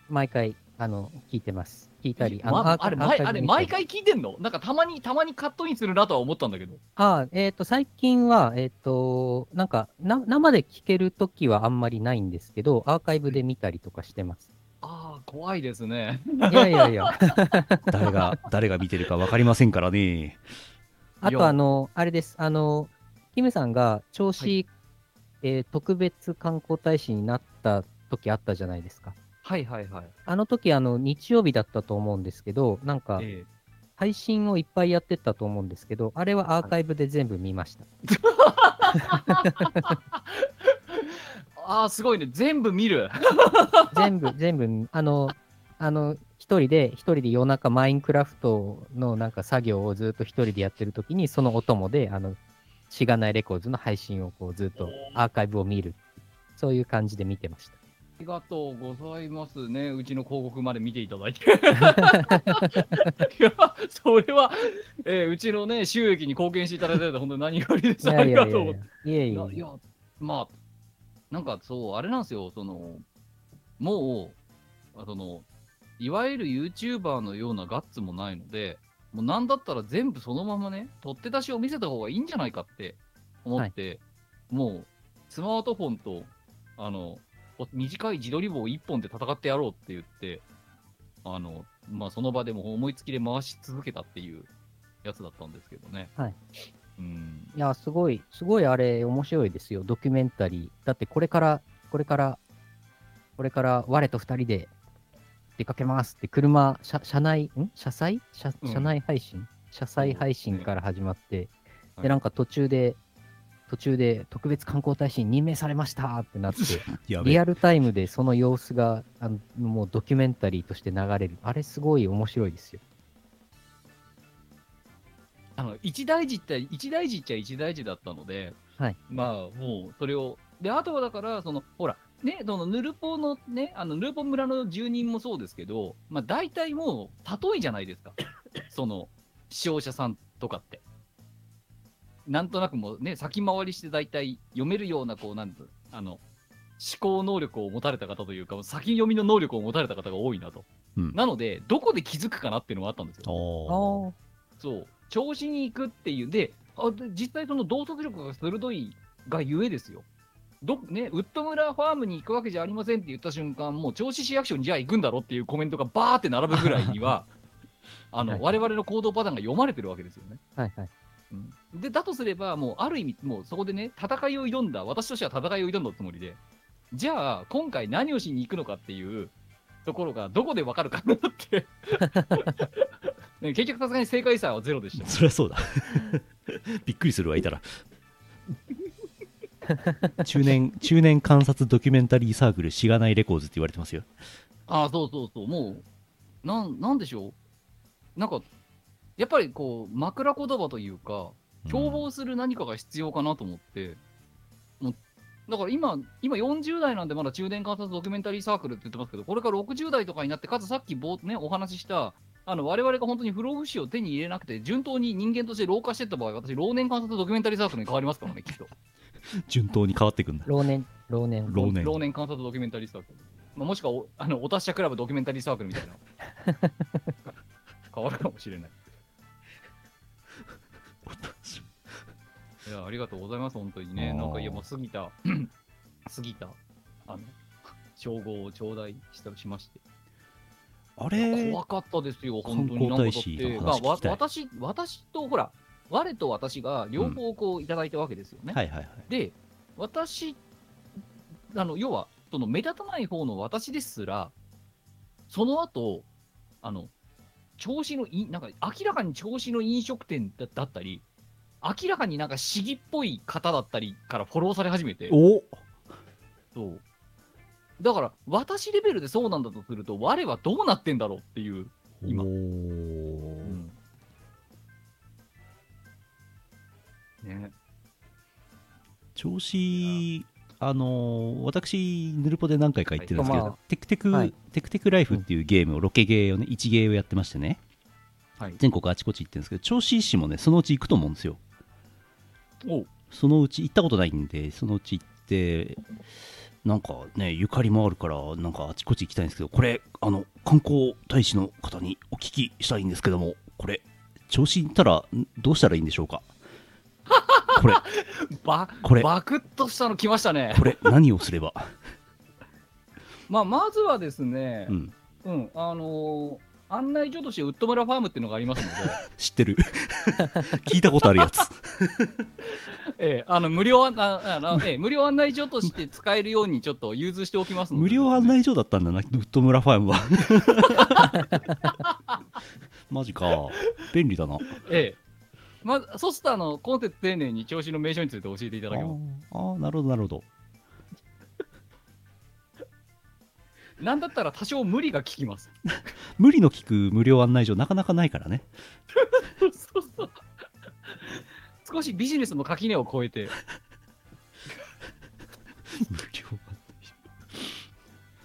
毎回、あの、聞いてます。聞いたり、のまアーカあれ、アー前カイブあれ見たり毎回聞いてんのなんかたまに、たまにカットインするなとは思ったんだけど。ああ、えっ、と、最近は、えっ、と、なんかな、生で聞けるときはあんまりないんですけど、アーカイブで見たりとかしてます。ああ、怖いですね。いやいやいや。誰が誰が見てるか分かりませんから [LAUGHS] ねあと、あの、あれです。あの、キムさんが、調子、はえー特別観光大使になった時あったじゃないですか。 [LAUGHS] はいはいはい。あの時、あの、日曜日だったと思うんですけど、なんか、え配信をいっぱいやってたと思うんですけど、あれはアーカイブで全部見ました。えああ、すごいね。全部見 [LAUGHS] る。全部、 [LAUGHS] 全部、あの、あの、一人で、一人で夜中、マインクラフトのなんか作業をずっと一人でやってるときに、そのお供で、あの、しがないレコーズの配信をこうずっとアーカイブを見る。そういう感じで見てました。ありがとうございますね。うちの広告まで見ていただ [LAUGHS] いて。いや、それは、えーうちのね、収益に貢献していただいたので、本当に何よりです。ありがとうございいやいやまいやす。いいやや、、まあ、なんかそう、あれなんですよ、その、もう、あその、いわゆる YouTuber のようなガッツもないので、もうなんだったら全部そのままね、取って出しを見せた方がいいんじゃないかって思って、もう、スマートフォンと、あの、お短い自撮り棒一本で戦ってやろうって言って、あの、まあ、その場でも思いつきで回し続けたっていうやつだったんですけどね。はい。うん。いやすごい、すごいあれ面白いですよ。ドキュメンタリー。だってこれから、これから、これから我と二人で出かけますって車、車車内、ん車載車うん車内配信、車載配信から始まって、はいで、なんか途中で、途中で特別観光大使に任命されましたってなって、 [LAUGHS] やべリえアルタイムでその様子があのもうドキュメンタリーとして流れる。あれすごい面白いですよ。あの一大事って一大事っちゃ一大事だったので、はいまあもうそれをであとはだからそのほらねそのヌルポのねあのヌルポ村の住人もそうですけど、まあ大体もう例えじゃないですかその視聴者さんとかって。なんとなくもうね先回りして大体読めるようなこうなんていうのあの思考能力を持たれた方というか先読みの能力を持たれた方が多いなと、うんなのでどこで気づくかなっていうのはあったんですよおーそう、調子に行くっていう、で、あで実際、その洞察力が鋭いがゆえですよ。どね、ウッド村ファームに行くわけじゃありませんって言った瞬間、もう銚子市役所にじゃあ行くんだろっていうコメントがバーって並ぶぐらいには、あはいの我々の行動パターンが読まれてるわけですよね。はいはい。うんでだとすれば、もうある意味、もうそこでね、戦いを挑んだ、私としては戦いを挑んだつもりで、じゃあ、今回何をしに行くのかっていうところが、どこでわかるかなって、ね結局、さすがに正解差はゼロでした。そりゃそうだ [LAUGHS] びっくりするわいたら [LAUGHS] 中年中年観察ドキュメンタリーサークルしがないレコーズって言われてますよああ、そうそうそう、もう、なんなんでしょう、なんか、やっぱりこう、枕言葉というか、共謀する何かが必要かなと思って、もうだから今、今40代なんでまだ中年観察ドキュメンタリーサークルって言ってますけど、これから60代とかになって、かつさっきぼ、ね、お話しした、あの我々が本当に不老不死を手に入れなくて、順当に人間として老化していった場合、私、老年観察ドキュメンタリーサークルに変わりますからね、きっと。順当に変わっていくんだ老年、老年。 [LAUGHS] 老年老年観察ドキュメンタリーサークル。まあ、もしくはお、あの、お達者クラブドキュメンタリーサークルみたいな。 [LAUGHS] 変わるかもしれない。いや、ありがとうございます、本当にね。あ [CLEARS THROAT] ーなんか、いや、もう過ぎた、過ぎた、あの、称号を頂戴したしまして、あれ怖かったですよ、本当になん観かだ光っ大使て、のまあ話聞わきたい私私とほら、我と私が両方こういただいたわけですよね。はいはいはい。で、私、あの要はその目立たない方の私ですら、その後あの調子のいなんか明らかに調子の飲食店だだったり、明らかになんか市議っぽい方だったりからフォローされ始めて、おそうだから私レベルでそうなんだとすると、我はどうなってんだろうっていう。今おうーんね、調子、あのー私、ヌルポで何回か言ってるんですけど、はいまテクテク、はいテクテクライフっていうゲームを、ロケゲーをね、一ゲーをやってましてね、はい。全国あちこち行ってるんですけど、調子市もね、そのうち行くと思うんですよ。おうそのうち行ったことないんで、そのうち行って、なんかね、ゆかりもあるから、なんかあちこち行きたいんですけど、これ、あの、観光大使の方にお聞きしたいんですけども、これ、調子に行ったら、んどうしたらいいんで [LAUGHS] しょうかこれ、ばこれ、バクッとしたの来ましたね。これ、何をすれば。まあ、まずはですねう、ん、うん、あのー案内所としてウッド村ファームっていうのがありますの知ってる。 [LAUGHS] 聞いたことあるやつ。 [LAUGHS] で、ええあの無料あああの、ええ無料案内所として使えるようにちょっと融通しておきますので、無料案内所だったんだな、ウッド村ファーム [LAUGHS] は。マジか。便利だな。ええまず、そうするとあの、コンテンツ丁寧に調子の名称について教えていただけます。あーあー、なるほど、なるほど。なんだったら多少無理が効きます。 [LAUGHS] 無理の利く無料案内所、なかなかないからね。そうそう少しビジネスの垣根を越えて、無料案内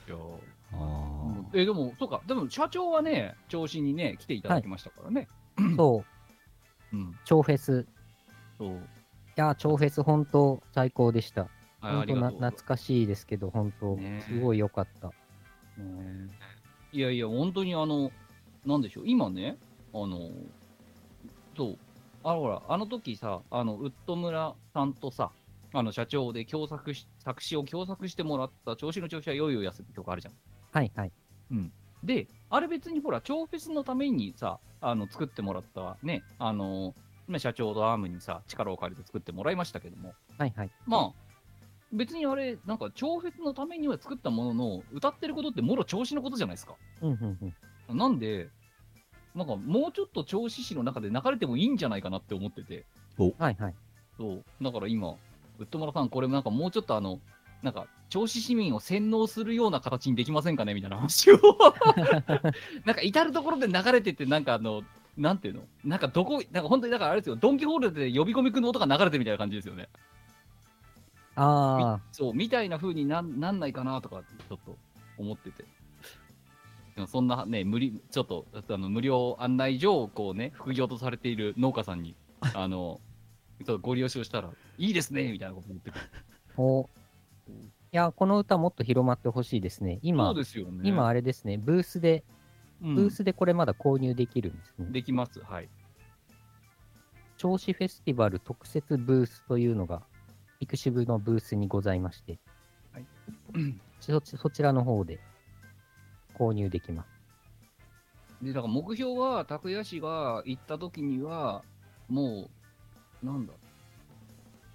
所。あえでも、そうか、でも社長はね、調子にね、来ていただきましたからね。そう、うん、超フェス。そう。いやー、超フェス、本当最高でした。ああ本り当がなとう。ね懐かしいですけど、本当ねえすごい良かった。いやいや、本当にあの、なんでしょう、今ね、あの、そう、あほら、あの時さ、あの、ウッド村さんとさ、あの社長で共作し作詞を共作してもらった、調子の調子はよいよやすって曲あるじゃん。はいはい。で、あれ別にほら、超フェスのためにさ、あの作ってもらったね、あの、今社長とアームにさ、力を借りて作ってもらいましたけども、はいはい。まあ、別にあれ、なんか、超フェスのためには作ったものの、歌ってることってもろ調子のことじゃないですか。うんうんうん。なんで、なんかもうちょっと銚子市の中で流れてもいいんじゃないかなって思ってて、はいはい。そうだから今、ウッド村さん、これもなんかもうちょっとあの、なんか銚子市民を洗脳するような形にできませんかねみたいな話を、なんか至るところで流れてて、なんかあの、なんていうのなんかどこ、なんか本当にだからあれですよ、ドン・キホールで呼び込みくんの音が流れてるみたいな感じですよね。みあそう、みたいな風になんなんないかなとか、ちょっと思ってて。でもそんなね、無理、ちょっと、あの無料案内所をこうね、副業とされている農家さ [LAUGHS] んに、あの、ちょっとご利用しをしたら、いいですねみたいなこと言ってくる。あ、お。いやー、この歌もっと広まってほしいですね。そ今う、ですよね。今あれですね、ブースで、うん、ブースでこれまだ購入できるんですね。できます。はい。銚子フェスティバル特設ブースというのが、ピクシブのブースにございまして、はいそそちらの方で購入できます。で、だから目標は、拓也氏が行った時には、もう、なんだ、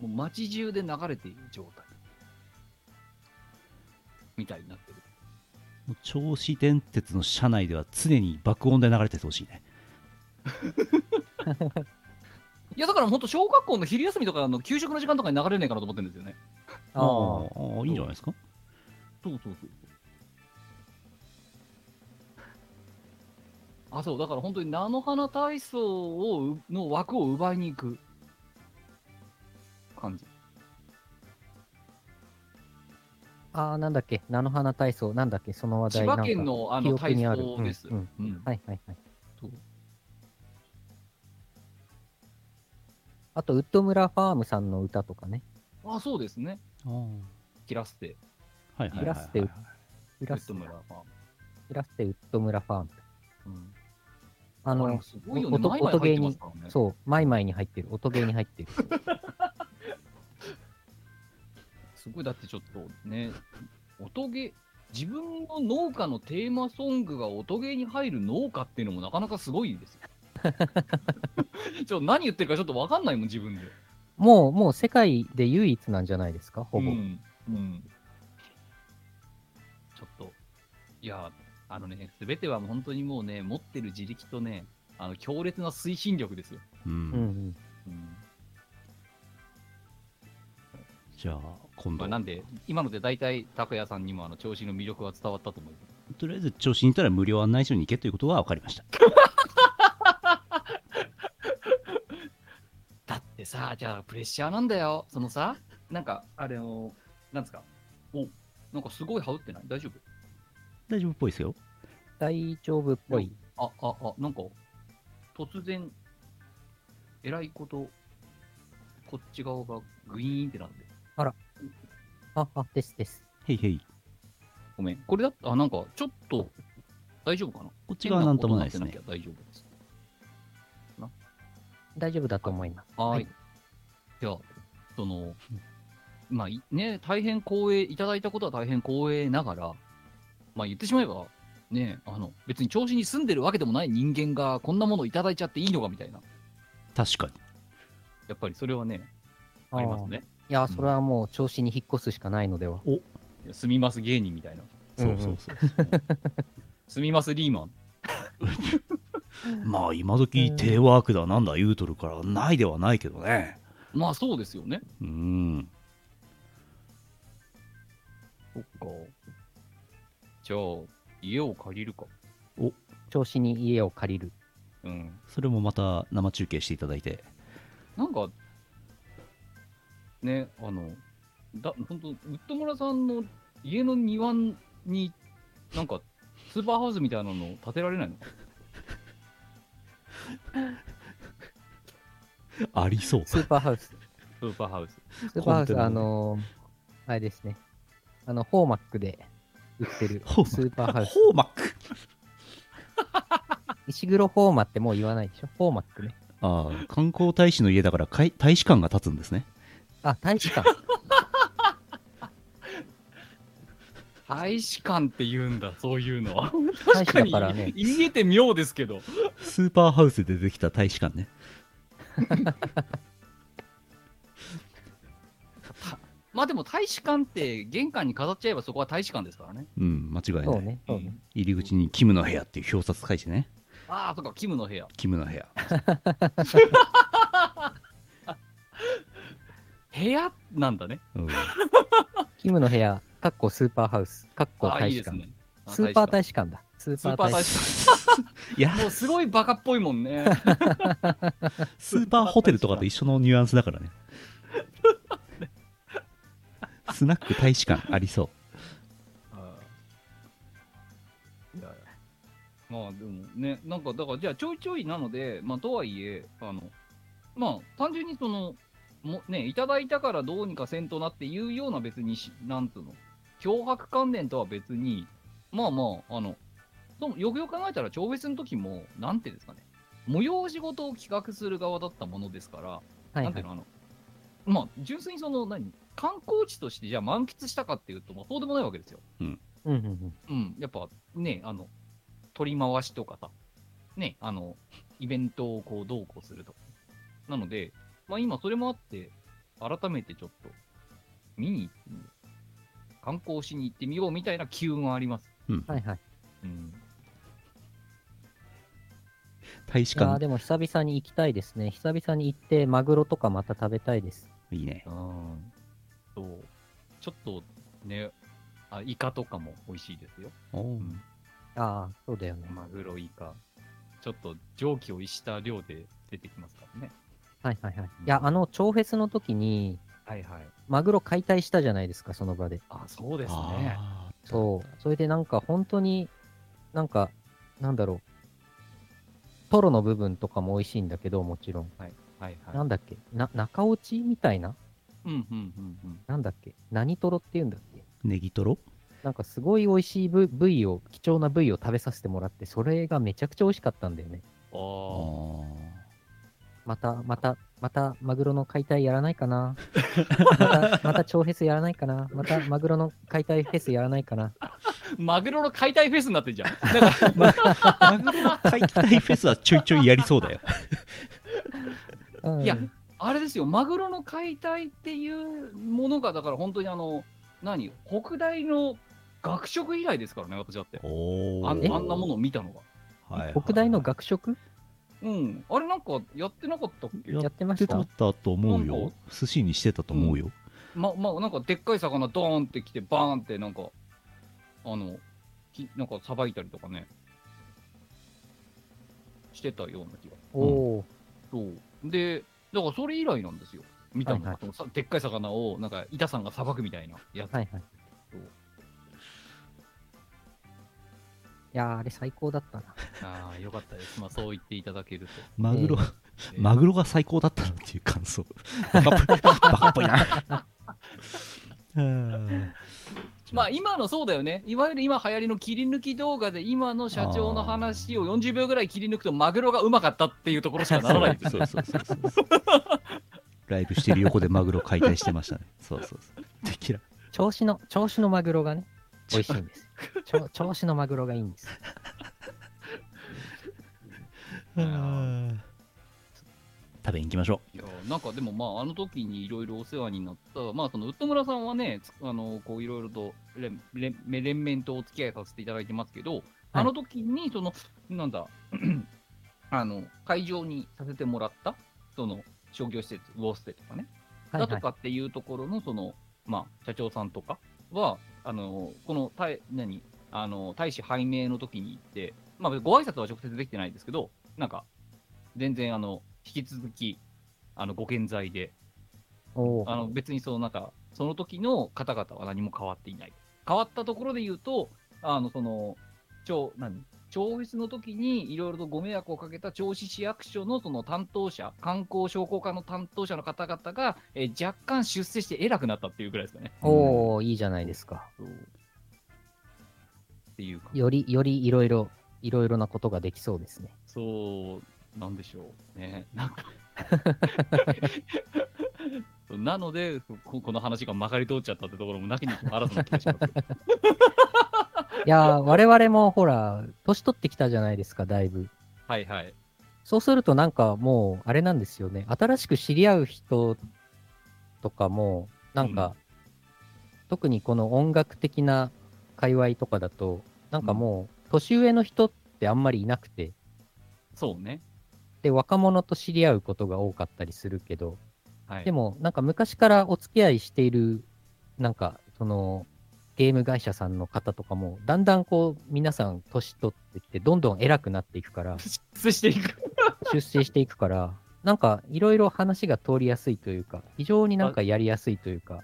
もう街中で流れている状態。みたいになってる。ー銚子電鉄の車内では常に爆音で流れててほしいね。いや、だから本当、小学校の昼休みとかの給食の時間とかに流れねえかなと思ってるんですよね。あーあー、いいんじゃないですか。そうそうそう。あ、そう、だから本当に菜の花体操をうの枠を奪いに行く感じ。ああ、なんだっけ、菜の花体操、なんだっけ、その話題千なん葉か県のあ記の憶体にある操です。うんうんうんはいはいはい。そうあと、ウッド村ファームさんの歌とかね、あ、そうですね。あーキラステ、はいはいはいいらはっしゃいるウキラッステド村は。キラステウッド村ファーム。うん、ああのの、、すごいよね。音毎回入ってますからね。そう、マイマイに入ってる、音ゲーに入ってる。すごい、だってちょっとね、音ゲー、自分の農家のテーマソングが音ゲーに入る農家っていうのもなかなかすご [LAUGHS] いですよ。ちょっと何言ってるかちょっと分かんないもん、自分で。もう、もう世界で唯一なんじゃないですか、ほぼ。うんうんちょっと、いや、あのね、すべては本当にもうね、持ってる自力とね、あの強烈な推進力ですよ。う。うんんうんじゃあ、今ま度あ、なんで、今ので大体、拓也さんにもあの調子の魅力は伝わったと思います。とりあえず調子にいたら無料案内所に行けということは分かりました。だってさ、じゃあプレッシャーなんだよ。そのさ、なんか、あれを、なんですか、おなんかすごい羽織ってない大丈大丈夫っぽいですよ。大丈夫っぽい。夫あ、あ、あ、なんか、突然、えらいこと、こっち側がグイーンってなって。あ、あ、ですです。へいへい。ごめん。これだったあ、なんか、ちょっと、大丈夫かなここっっち側なんともないですね。大丈夫です。大丈夫だと思います。はーい。では、その、まあ、いね、大変光栄、いただいたことは大変光栄ながら、まあ言ってしまえば、ね、あの、別に調子に住んでるわけでもない人間が、こんなものをいただいちゃっていいのかみたいな。確かに。やっぱりそれはね、ありますね。いや、それはもう調子に引っ越すしかないのでは。いや住みます芸人みたいな。そうそうそう。住みますリーマン。まあ、今時テレワークだなんだ言うとるから、ないではないけどね。まあそうですよね。うん。そっか。じゃあ、家を借りるか。調子に家を借りる。うん。それもまた生中継していただいて。なんか、ね、あの、だ本当、ウッド村さんの家の庭に、なんか、スーパーハウスみたいなの建てられないのありそう。スーパーハウス。スーパーハウス。スーパーハウコンテス、ナあのーあれですね。あの、ホーマックで売ってるホーマックスーパーハウス。ホーマック石黒ホーマってもう言わないでしょ。ホーマックね。ああ、観光大使の家だからかい大使館が立つんですね。あ、大使館。大使館って言うんだ、そういうのは。大使確だかからに、ね。[LAUGHS] 見えて妙ですけど。スーパーハウスで出てきた大使館ね。まあでも、大使館って玄関に飾っちゃえばそこは大使館ですからね。うん、間違いない。そうね。そううねん。入り口にキムの部屋っていう表札書いてね。ああ、そっか、キムの部屋。キムの部屋。部屋なんだね。 [LAUGHS] うんキムの部屋、かっこスーパーハウス、かっこああ、い大使いです館。ね。あスーパー大使館だ。スースパーーパー大大使使いや館。、もうすごいバカっぽいもんね。スーパーホテルとかと一緒のニュアンスだから [LAUGHS] ね。スナック大使館ありそはいいやいやまあでもね、なんかだから、じゃあちょいちょいなので、まあとはいえ、あのまあ単純にその、もね、いただいたからどうにかせんとなっていうような別にし、なんつうの、脅迫観念とは別に、まあまあ、あの、そのよくよく考えたら、超別の時も、なんていうんですかね、催し事を企画する側だったものですから、館。はなんいてはいいう。の、あの、まあ、純粋にその、何、観光地として、じゃあ満喫したかっていうと、まあ、そうでもないわけですよ。うんうんうん。うん、やっぱね、あの、取り回しとかさ、ね、あの、イベントをこう、どうこうするとか。なので、まあ今それもあって、改めてちょっと、見に行ってみよう。観光しに行ってみようみたいな機運はあります。う。うんはいはい。うん。大使いやー館でも久々に行きたいですね。久々に行って、マグロとかまた食べたいです。いいね。そう。ちょっとね、あ、イカとかも美味しいですよ。おんああ、そうだよね。マグロ、イカ。ちょっと蒸気を逸した量で出てきますからね。はいはいはい。いや、あの、超フェスの時に、はいはい。マグロ解体したじゃないですか、その場で。あ、そうですね。あーそう。それでなんか、本当に、なんか、なんだろう。トロの部分とかも美味しいんだけど、もちろん。はいはい。なんだっけな、中落ちみたいなうんうんうんうん。なんだっけ何トロって言うんだっけネギトロなんかすごい美味しい部部位を、貴重な部位を食べさせてもらって、それがめちゃくちゃ美味しかったんだよね。ああまた、また、また、マグロの解体やらないかな [LAUGHS] また、また、超フェスやらないかなまた、マグロの解体フェスやらないかなあ。マグロの解体フェスになってんじゃん。なんかマグロの解体フェスはちょいちょいやりそう [LAUGHS] だよ。うんいやあれですよ、マグロの解体っていうものが、だから本当にあの、何、北大の学食以来ですからね、私だって。おーあんあんなものを見たのが。はいはい北大の学食うん。あれなんかやってなかったっけややっってましてたたと思うなんよか。寿司にしてたと思うよ。ま、まあ、なんかでっかい魚ドーンってきて、バーンってなんか、あの、きなんかさばいたりとかね、してたような気が。おーそう。で、だからそれ以来なんですよ。見たのが、はいはいそのさでっかい魚を、なんか、板さんがさばくみたいなやつ。はいはい。いやーあれ最高だったな。ああ、よかったです。まあ、そう言っていただけると。マグロ、えーマグロが最高だったなっていう感 [LAUGHS] 想。バカっぽい、バカっぽいな。うんまあ、今のそうだよね。いわゆる今流行りの切り抜き動画で、今の社長の話を40秒ぐらい切り抜くと、マグロがうまかったっていうところしかならないですよ。そうそうそうそう [LAUGHS] そう。ライブしてる横でマグロ解体してましたね。そうそうそう。テキラ。調子の、調子のマグロ [LAUGHS] がね、美味しいんです。調調子のマグロがいいんです。うん食べに行きましょいやなんかでもまああの時にいろいろお世話になったまあそのウッド村さんはねつあのこういろいろと連連連綿とお付き合いさせていただいてますけど、あの時にそのなんだ [CLEARS THROAT] あの会場にさせてもらったその商業施設ウォーステとかね、はいだはとい。かっていうところのそのまあ社長さんとかはあのこの大何あの大使拝命の時に行ってまあご挨拶は直接できてないですけどなんか全然あの引き続きあのご健在でおあーの別にそのなんかその時の方々は何も変わっていない。変わったところで言うと、あのその超何調布市の時にいろいろとご迷惑をかけた銚子市役所のその担当者、観光商工課の担当者の方々が、えー若干出世して偉くなったっていうぐらいですかね。おーいいじゃないですか。っていうか、より、よりいろいろ、いろいろなことができそうですね。そうなんでしょうね。なん [LAUGHS] かなのでこ、この話がまかり通っちゃったってところもなきにしもあらずな気がします。いやー我々もほら、年取ってきたじゃないですか、だいぶ。はいはい。そうするとなんかもう、あれなんですよね。新しく知り合う人とかも、なんか、特にこの音楽的な界隈とかだと、なんかもう、年上の人ってあんまりいなくて、そうね。で、若者と知り合うことが多かったりするけど、はい、でも、なんか昔からお付き合いしている、なんか、その、ゲーム会社さんの方とかも、だんだんこう、皆さん年取ってきて、どんどん偉くなっていくから、出世していく。出世していくから、なんかいろいろ話が通りやすいというか、非常になんかやりやすいというか、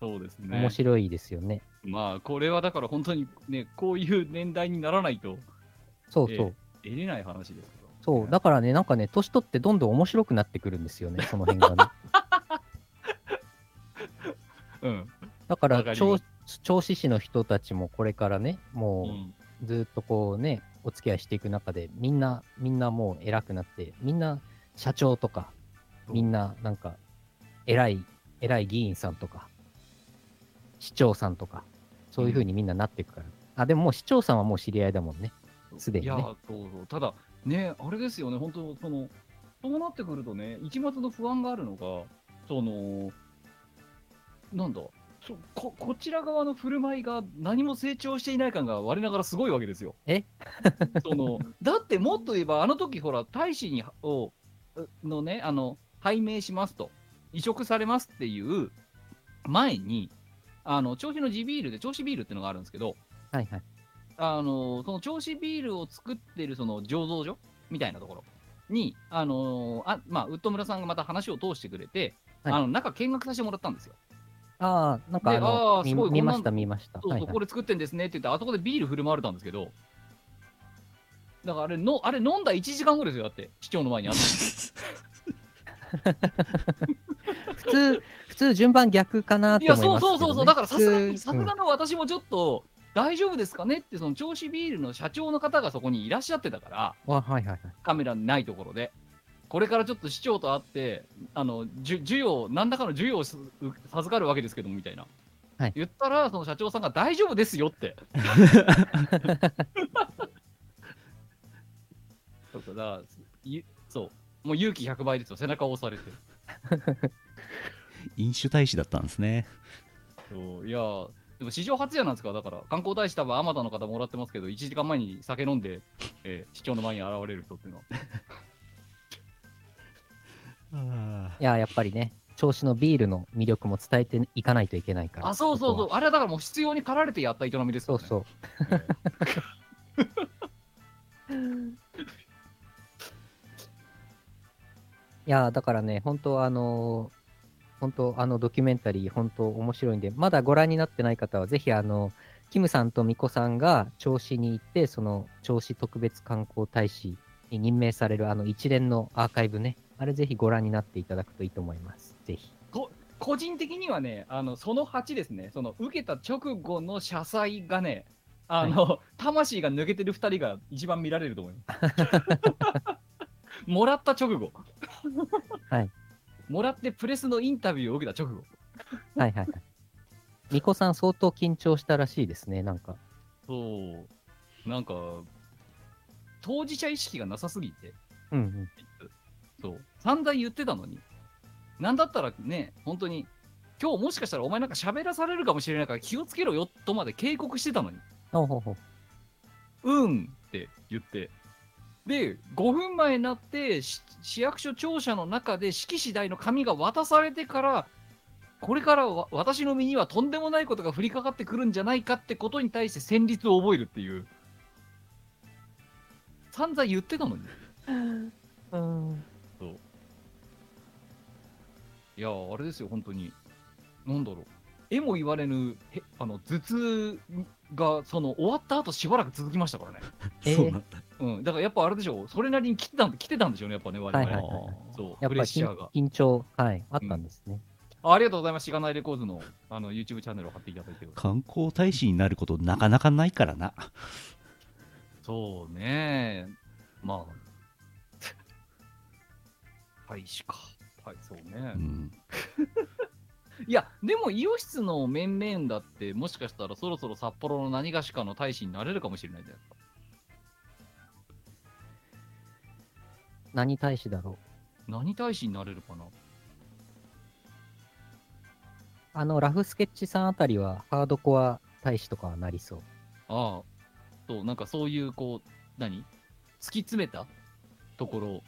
そうですね。面白いですよね。まあ、これはだから本当にね、こういう年代にならないとそうそう、ええ得れない話ですけど。そう。だからね、なんかね、年取ってどんどん面白くなってくるんですよね、その辺が [LAUGHS] ね。うん。だかわらかりま銚す、銚子市の人たちもこれからね、うもんうずっとこうね、お付き合いしていく中で、みんな、みんなもう偉くなって、みんな社長とか、みんななんか、偉い、偉い議員さんとか、市長さんとか、そういう風にみんななっていくから。あ、でももう市長さんはもう知り合いだもんね。すでにいねや、そうそう。ただ、ね、あれですよね、本当その、そうなってくるとね、一抹の不安があるのが、その、なんだ、そここちら側の振る舞いが何も成長していない感が我ながらすごいわけですよ。え [LAUGHS] そのだってもっと言えば、あの時ほら、大使にをのね、あの、拝命しますと、移植されますっていう前に、あの、調子の地ビールで、調子ビールっていうのがあるんですけど、はいはい。あのその銚子ビールを作ってるその醸造所みたいなところに、あのあまあ、ウッド村さんがまた話を通してくれて、はいあの中見学させてもらったんですよ。ああ、なんかあであの、ー見すごい見こんなまんした見ました。そうそう、はいはいこれ作ってんですねって言って、あそこでビール振る舞われたんですけど、だからあれの、あれ飲んだ1時間後ですよ、だって、市長 [LAUGHS] の前にあ [LAUGHS] った。普通、普通順番逆かなっいてや、思いそうますけど、そね。うそうそう、だからさすが普に、通さすがの私もちょっと、大丈夫ですかねって、その銚子ビールの社長の方がそこにいらっしゃってたから、うんあはいはいはい。カメラないところで、これからちょっと市長と会って、あのじゅ授与、何らかの授与をす授かるわけですけどもみたいな、はい言ったら、その社長さんが大丈夫です [LAUGHS] よって。そうそうだからいそう、もう勇気100倍ですよ、背中を押されて。飲酒大使だったんですね。そういやーでも史上初じゃないですか、だから、観光大使、多分あまたの方もらってますけど、1時間前に酒飲んで、えー市長の前に現れる人っていうのは、あいや、やっぱりね、調子のビールの魅力も伝えていかないといけないから。あ、そうそうそう、こあれはだからもう必要に駆られてやった営みですこよはね。そうえーそう。 [LAUGHS] いや、だからね、本当あのー本当あのドキュメンタリー、本当面白いんで、まだご覧になってない方は、ぜひ、あの、キムさんとミコさんが銚子に行って、その銚子特別観光大使に任命されるあの一連のアーカイブね、あれぜひご覧になっていただくといいと思います。ぜひ。個人的にはね、あのその8ですね、その受けた直後の謝罪がね、あの、魂が抜けてる2人が一番見られると思います。もらった直後。はい。もらってプレスのインタビューを受けた直後。はいはいはい。ミコさん相当緊張したらしいですね、なんか。そう、なんか、当事者意識がなさすぎて、うんうん。そう、散々言ってたのに、なんだったらね、本当に、今日もしかしたらお前なんか喋らされるかもしれないから気をつけろよとまで警告してたのに、ほうほうほう。うんって言って、で、5分前になって、し市役所庁舎の中で式次第の紙が渡されてから、これからわ私の身にはとんでもないことが降りかかってくるんじゃないかってことに対して戦慄を覚えるっていう。散々言ってたのに。うん。そういやーあれですよ、本当に。なんだろう。えも言われぬ、へあの、頭痛が、その、終わった後しばらく続きましたからね。あ、えーそうなんだ。うん、だからやっぱあれでしょう、それなりに来てたん来てたんでしょうね、やっぱね、我々、はいはいあーそう、やっぱプレりッシャ緊ーが。緊張、はい、あったんですね。あありがとうございます、しがないレコーズのあの YouTube チャンネルを貼っていただいて。観光大使になることなかなかないからな。そうねまあ、 [LAUGHS] 大使か。はい、そうねう。ん。いや、でも、イオシスの面々だって、もしかしたらそろそろ札幌の何がしかの大使になれるかもしれないじゃないですか。何大使だろう。何大使になれるかなあの、ラフスケッチさんあたりは、ハードコア大使とかはなりそう。ああ、そう、なんかそういう、こう、何突き詰めたところ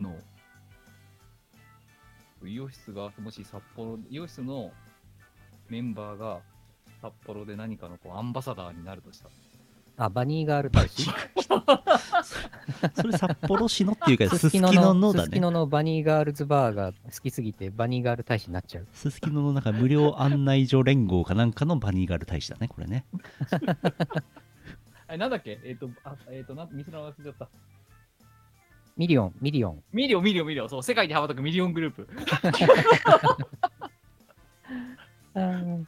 の、イオシスが、もし札幌、イオシスのメンバーが札幌で何かのこうアンバサダーになるとしたら。あ、バニーガール大使。それ札幌市のって [LAUGHS] いうか、すすきのののすだすきね。ののバニーガールズバーが好きすぎて、バニーガール大使になっちゃう。すすきののなんか無料案内所連合かなんかのバニーガール大使だね、これね。え、なんだっけえっ、と、あ、えっ、と、な、店の名前忘れちゃった。ミリオン、ミリオン。ミリオン、ミリオン、ミリオン。そう、世界に羽ばたくミリオングループ。うん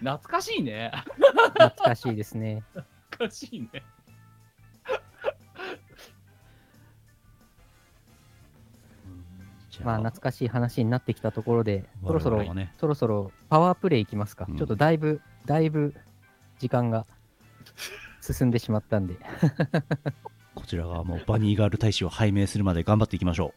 懐かしいね。懐かしいですね。懐かしいね。じゃまあ、懐かしい話になってきたところで、そろそ我ろ々は、ねそろそろパワープレイいきますか。うんちょっとだいぶ、だいぶ時間が進んでしまったんで。こちら側もバニーガール大使を拝命するまで頑張っていきましょ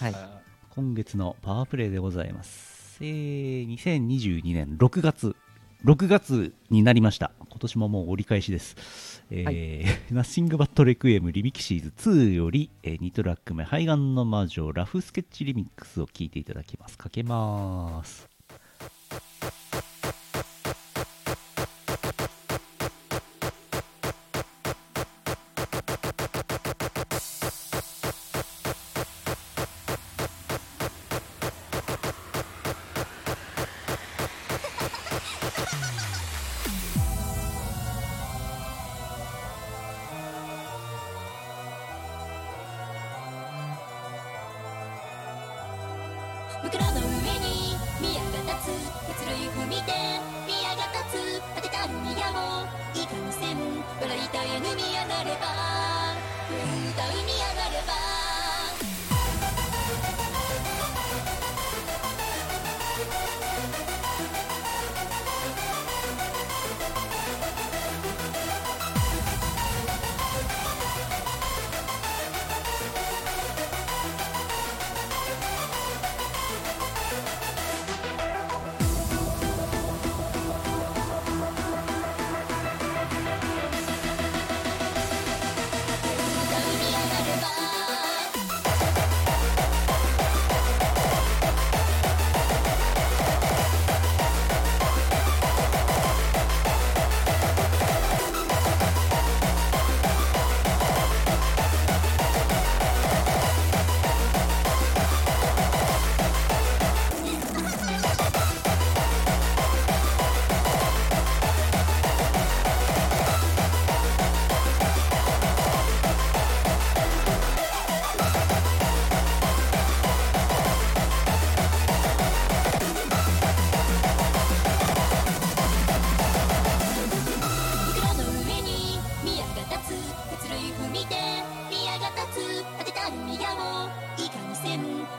う。はい。あ今月のパワープレイでございます。えー、2022年6月。6月になりました。今年ももう折り返しです。えー [LAUGHS] ナッシングバットレクイエムリミキシーズ2より、え2トラック目、肺がんの魔女、ラフスケッチリミックスを聴いていただきます。かけまーす。枕の上に宮が立つ鉄類踏みて宮が立つ当てたる宮をいかにせん笑い絶えぬ宮なれば歌う宮なれば「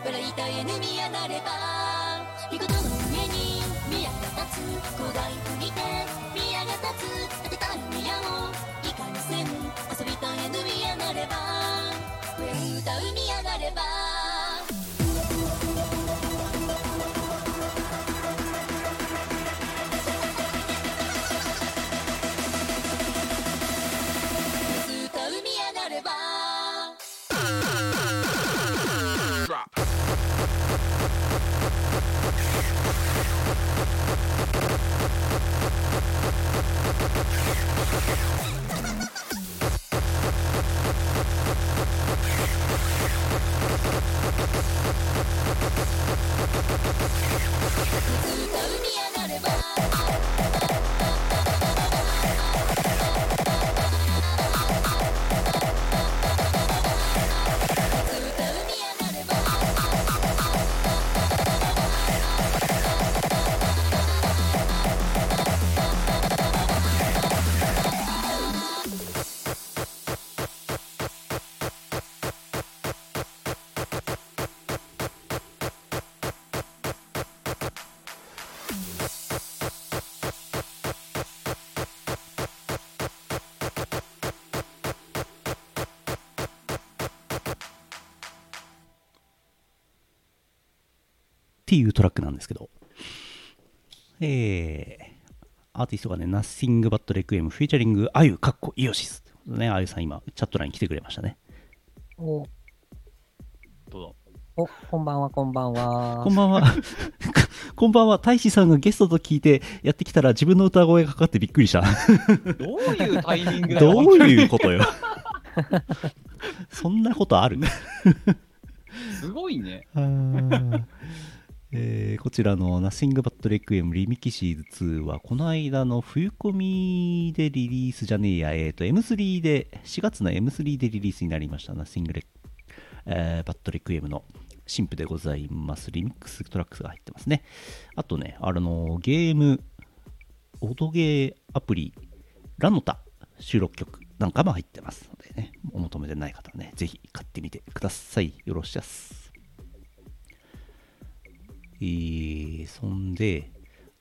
笑いたい N 宮なれば見事の上に宮が立つ古代を見て宮が立つ立てたい宮をいかにせん遊びたい N 宮なれば歌う宮なれば歌う宮なれば歌う宮なれば歌う宮なればっていうトラックなんですけど、えー、アーティストがね、Nothing But Requiem featuring あゆ、かっこイオシス。ね、あゆさん今、チャット欄に来てくれましたね。お、どお、こんばんは、こんばんは。こんばんは。 [LAUGHS] こんばんは。大志さんがゲストと聞いてやってきたら自分の歌声がかかってびっくりした。うだどういうタイミングだよどういうことよ。 [LAUGHS] そんなことあるすごいね。あーえーこちらの「Nothing But Requiem リミキシーズ2」はこの間の冬コミでリリースじゃねえや、えー、と M3 で4月の M3 でリリースになりました Nothing Re- えー But Requiem の新譜でございますリミックストラックスが入ってますねあとねあのゲーム音ゲーアプリラノタ収録曲なんかも入ってますのでねお求めでない方はねぜひ買ってみてくださいよろしくですえーそんで、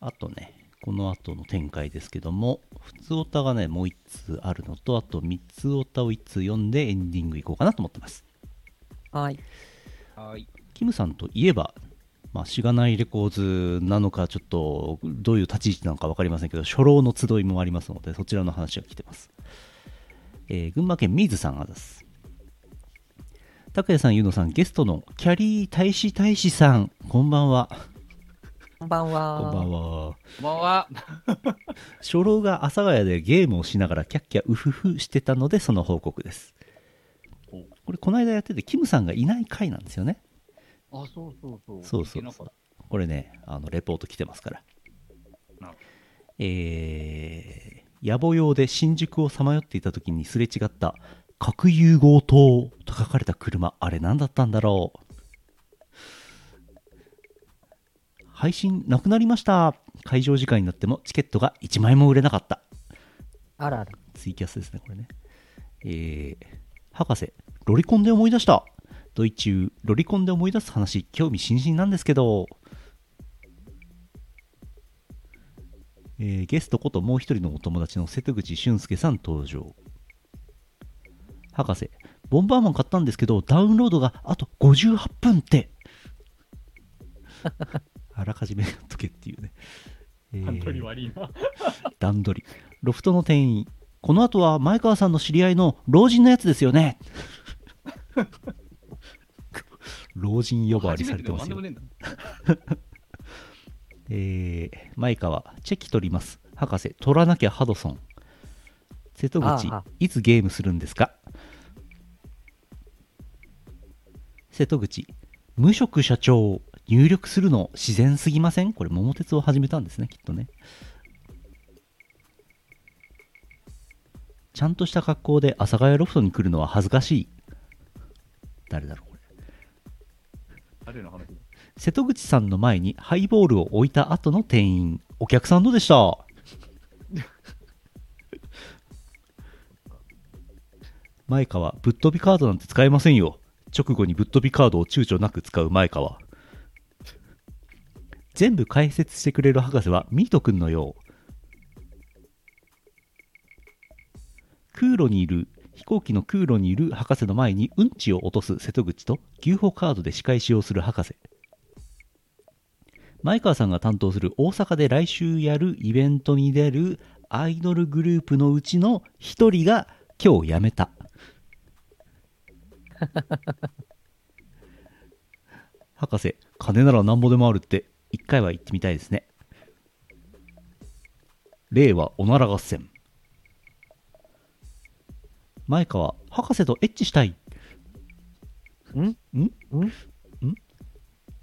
あとね、この後の展開ですけども、普通オタがね、もう1通あるのと、あと3つオタを1通読んでエンディングいこうかなと思ってます。はい。はい。キムさんといえば、まあ、しがないレコーズなのか、ちょっとどういう立ち位置なのか分かりませんけど、初老の集いもありますので、そちらの話が来てます。えー群馬県水さんあざす。拓也さん、ゆうのさん、ゲストのキャリー大使大使さん、こんばんは。こんばんは。こんばんは。こんばんは。初老が阿佐ヶ谷でゲームをしながらキャッキャウフフしてたのでその報告ですおこれこの間やっててキムさんがいない回なんですよねあ、そうそうそう。そうそいけうなかそっうこれねあのレポート来てますからなるほえー、野暮用で新宿をさまよっていた時にすれ違った「核融合灯」と書かれた車あれ何だったんだろう配信なくなりました会場時間になってもチケットが1枚も売れなかったあらら。ツイキャスですね、これね。えー、博士、ロリコンで思い出した。ドイチュー、ロリコンで思い出す話、興味津々なんですけど、えーゲストこともう一人のお友達の瀬戸口俊介さん登場。博士、ボンバーマン買ったんですけど、ダウンロードがあと58分 [LAUGHS] って。あらかじめやっとけっていうね。えーた。本当に悪いな。段取りロフトの店員この後は前川さんの知り合いの老人のやつですよね老人呼ばわりされてますよ初めてでもなんでもねえー、前川チェキ取ります博士取らなきゃハドソン瀬戸口ああいつゲームするんですか瀬戸口無職社長入力するの自然すぎませんこれ桃鉄を始めたんですねきっとねちゃんとした格好で阿佐ヶ谷ロフトに来るのは恥ずかしい誰だろうこれなんだ誰の話だ瀬戸口さんの前にハイボールを置いた後の店員お客さんどうでした前川ぶっ飛びカードなんて使えませんよ直後にぶっ飛びカードを躊躇なく使う前川全部解説してくれる博士はミート君のよう空路にいる飛行機の空路にいる博士の前にうんちを落とす瀬戸口と牛歩カードで仕返しをする博士前川さんが担当する大阪で来週やるイベントに出るアイドルグループのうちの一人が今日辞めた [LAUGHS] 博士金ならなんぼでもあるって一回は行ってみたいですね令和おなら合戦前川博士とエッチしたいんんん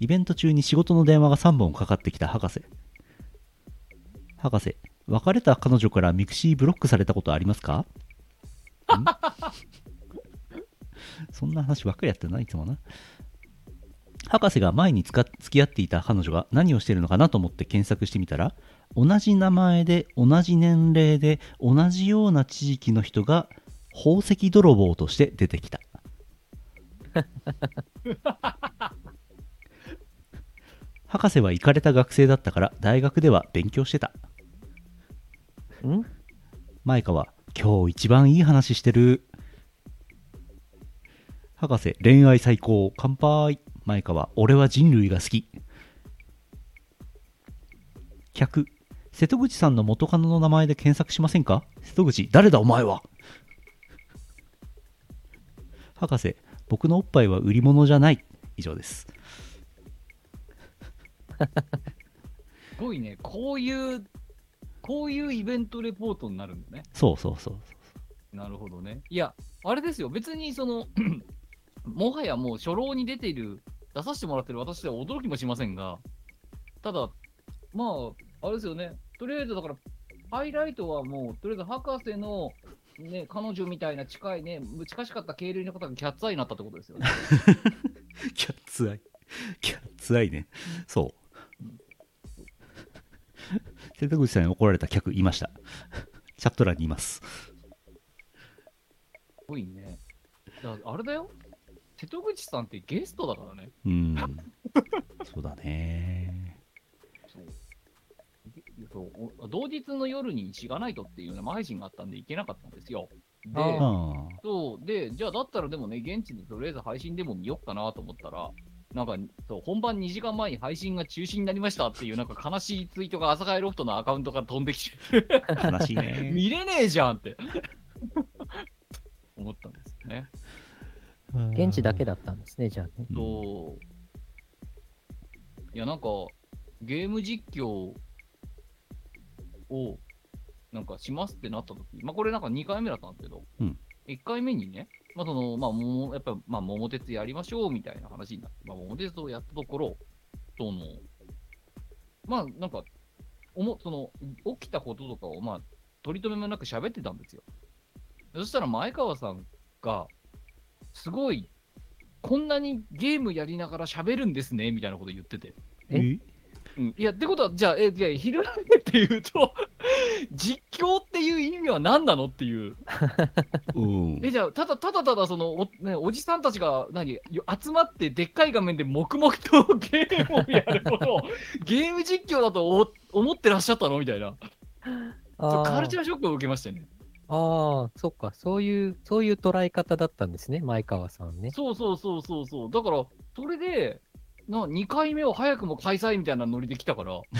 イベント中に仕事の電話が3本かかってきた博士博士別れた彼女からミクシーブロックされたことありますかん [LAUGHS] そんな話ばっかりやってるないつもな博士が前につか付き合っていた彼女が何をしてるのかなと思って検索してみたら同じ名前で同じ年齢で同じような地域の人が宝石泥棒として出てきた博士は行かれた学生だったから大学では勉強してたんマイカは今日一番いい話してる博士恋愛最高乾杯マイカは俺は人類が好き客瀬戸口さんの元カノの名前で検索しませんか瀬戸口誰だお前は博士僕のおっぱいは売り物じゃない以上ですすごいね、こういう、こういうイベントレポートになるんだね。そうそうそうなるほどね。いや、あれですよ、別にその、 [CLEARS THROAT] もはやもう初老に出ている、出させてもらってる私では驚きもしませんが、ただ、まあ、あれですよね、とりあえずだから、ハイライトはもう、とりあえず博士の、ね、彼女みたいな近いね、近しかった経類の方がキャッツアイになったってことですよね。キャッツアイ。キャッツアイね。そう。瀬戸口さんに怒られた客いました。チャット欄にいます。すごいね。だあれだよ、瀬戸口さんってゲストだからね。うん。そうだね。そういやそうお同日の夜にしがないとっていう生配信があったんで行けなかったんですよ。で、あーあそうでじゃあだったらでもね、現地でとりあえず配信でも見よっかなと思ったら、なんかそう本番2時間前に配信が中止になりましたっていう、なんか悲しいツイートが朝帰ロフトのアカウントから飛んできて、あ、悲しいね。見れねえじゃんって [LAUGHS] 思ったんですよね。現地だけだったんですね、じゃあね。うん。そう。いや、なんか、ゲーム実況を、なんかしますってなった時まあこれなんか2回目だったんですけど、うん1回目にね、まあその、まあもう、やっぱ、まあ桃鉄やりましょうみたいな話になって、まあ桃鉄をやったところ、その、まあなんか、おもその起きたこととかを、まあ、取り留めもなく喋ってたんですよ。そしたら前川さんが、すごいこんなにゲームやりながら喋るんですねみたいなこと言ってて。えうん、いや、ってことは、じゃあ、え、じゃあ、ひるっていうと、 [LAUGHS] 実況っていう意味は何なのっていう。うんえ、じゃあ、ただただただ、その、お,、ね、おじさんたちが何、よ集まって、でっかい画面で黙々とゲームをやることを、 [LAUGHS] ゲーム実況だとお思ってらっしゃったのみたいな。あカルチーャーショックを受けましたよね。あー、そっか、そういう、そういう捉え方だったんですね、前川さんね。そうそうそうそうそう。だから、それで、な2回目を早くも開催みたいなノリで来たから、 [LAUGHS]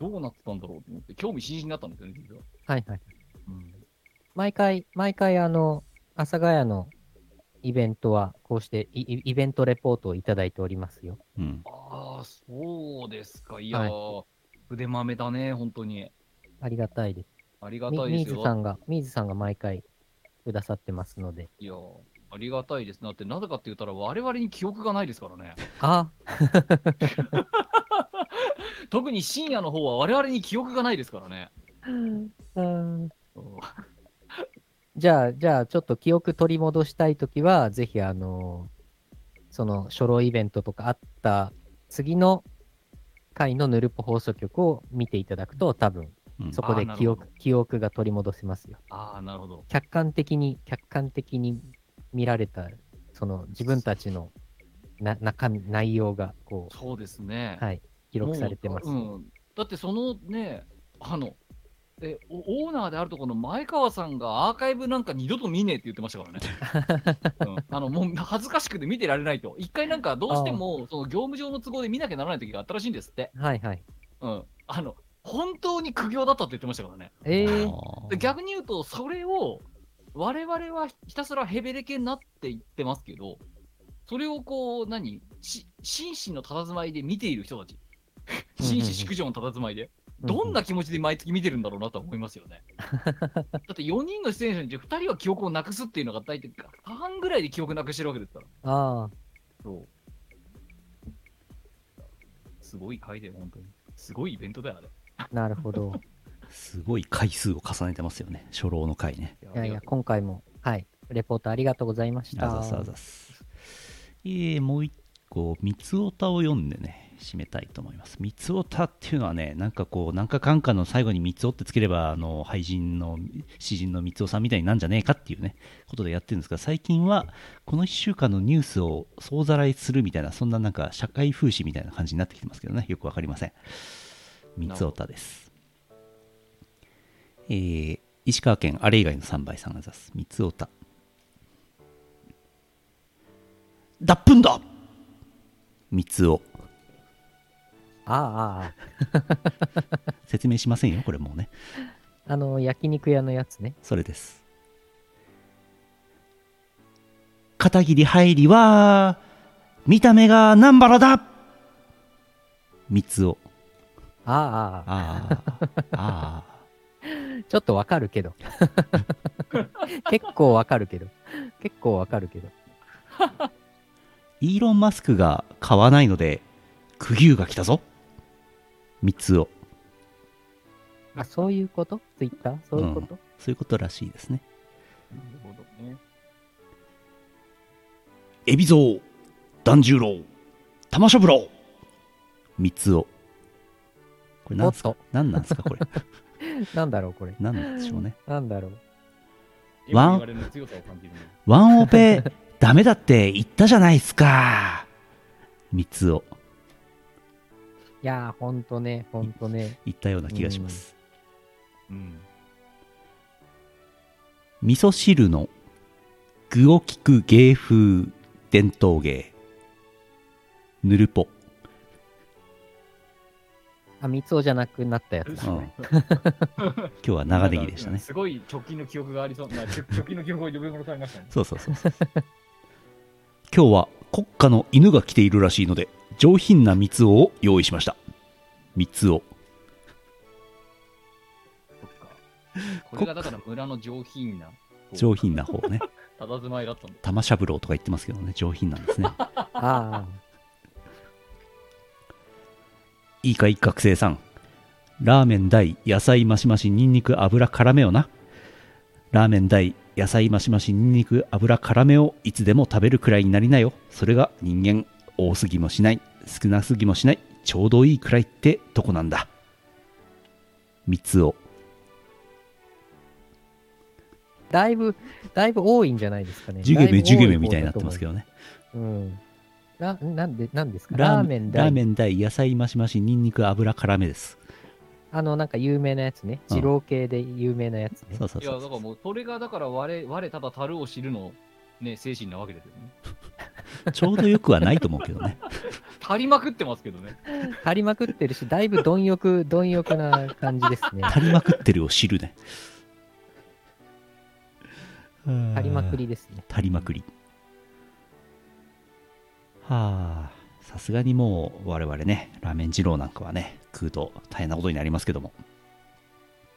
どうなってたんだろうと思って、興味津々になったんですよね、実は。はいはい。うん、毎回、毎回、あの、阿佐ヶ谷のイベントは、こうしてイ、イイベントレポートをいただいておりますよ。うん。ああ、そうですか。いやー、は筆豆だね、本当に。ありがたいです。ありがみたいでミすーズよ。さんが、ミーズさんが毎回くださってますので。いやーありがたいですなって、なぜかって言ったら、我々に記憶がないですからね。 [LAUGHS] あ特に深夜の方は我々に記憶がないですからね。うんうんじゃあ、じゃあ、ちょっと記憶取り戻したいときは、ぜひ、あのその、初老イベントとかあった次の回のヌルポ放送局を見ていただくと、多分、うんそこであー記なる憶記憶が取り戻せますよ。ああ、なるほど。客観的に、客観的に見られた、その自分たちのな中身、内容が、こそうですね。う、はい、記録されてます。もううん、だってそのね、あの、えおオーナーであるところの前川さんがアーカイブなんか二度と見ねえって言ってまし [LAUGHS] たからね、うんあのもう恥ずかしくて見てられないと一回なんかどうしてもその業務上の都合で見なきゃならない時があったらしいんですって、はいはい。うん、あの本当に苦行だったって言ってましたからねえー、あでー逆に言うとそれを我々はひたすらヘベレケになって言ってますけどそれをこう何し真摯の佇まいで見ている人たちうんうん紳士淑女の佇まいでどんな気持ちで毎月見てるんだろうなとは思います [LAUGHS] よね。だって4人の出演者のうち2人は記憶をなくすっていうのが大体半ぐらいで記憶なくしてるわけですから。あそうすごい回で本当に。すごいイベントだよ、あれ。あ、なるほ [LAUGHS] ど。すごい回数を重ねてますよね初老の回ねいやいや、今回も、はい、レポートありがとうございました。あざすあざすえーもう一個三つおたを読んでね締めたいと思います三つおたっていうのはねなんかこうなんかかんかの最後に三つおってつければあの俳人の詩人の三つおさんみたいになんじゃねえかっていうねことでやってるんですが最近はこの1週間のニュースを総ざらいするみたいなそんななんか社会風刺みたいな感じになってきてますけどねよくわかりません三つおたですえー石川県あれ以外の3倍さんがざす三つおた脱粉だ三つをああ、あ説明しませんよこれもうねあ、あの、焼肉屋のやつね。それです片桐入りは見た目が南原だ三つをああ、ああー [LAUGHS] ああ、ちょっとわかるけ [LAUGHS] ど。結構わかるけど。結構わかるけど。ーイーロン・マスクが買わないので苦牛が来たぞ三つをあ、そういうことツイッターそういうこと、そういうことらしいですねなるほどね。海老蔵團十郎玉三郎三つをこれお何っすかと、何なんですかこれなんだろうこれ。何なんでしょうねなんだろう。ワン我々の強さを感じるねワンオペダメだって言ったじゃないですか三つをいやー、ほんとね、ほんとね。言ったような気がします、うん。味噌汁の具を利く芸風伝統芸ぬるぽ、あ、三つおじゃなくなったやつうだ。ん今日は長ネギでしたなんねかすごい直近の記憶がありそうな、直近の記憶を呼び戻され [LAUGHS] ましたね。そうそうそうそう今日は国家の犬が来ているらしいので上品な三つを用意しました三つをそっか。これがだから村の上品な、上品な方ねたたずまいだったんだ。玉三郎とか言ってますけどね上品なんですねあいいかい学生さんラーメン大野菜増し増しニンニク油辛めよなラーメン大野菜増し増しニンニク油辛めをいつでも食べるくらいになりなよそれが人間多すぎもしない少なすぎもしないちょうどいいくらいってとこなんだ三つをあ、だいぶ、だいぶ多いんじゃないですかね。ジュゲメジュゲメみたいになってますけど。どねうん。な、なんで、なんですかララーーメメンンラー大メン大野菜増し増しニンニク油辛めですあの、なんか有名なやつね。うん二郎系で有名なやつね。そうそういそや、うだからもう、それがだから我、我ただ樽を知るの、ね、精神なわけですよね。ちょうどよくはないと思うけどね足りまくってますけどね。張りまくってるし、だいぶ貪欲、 [LAUGHS] 貪欲な感じですね。足りまくってるを知るね張りまくりですね。足りまくりはあさすがにもう我々ねラーメン二郎なんかはね食うと大変なことになりますけども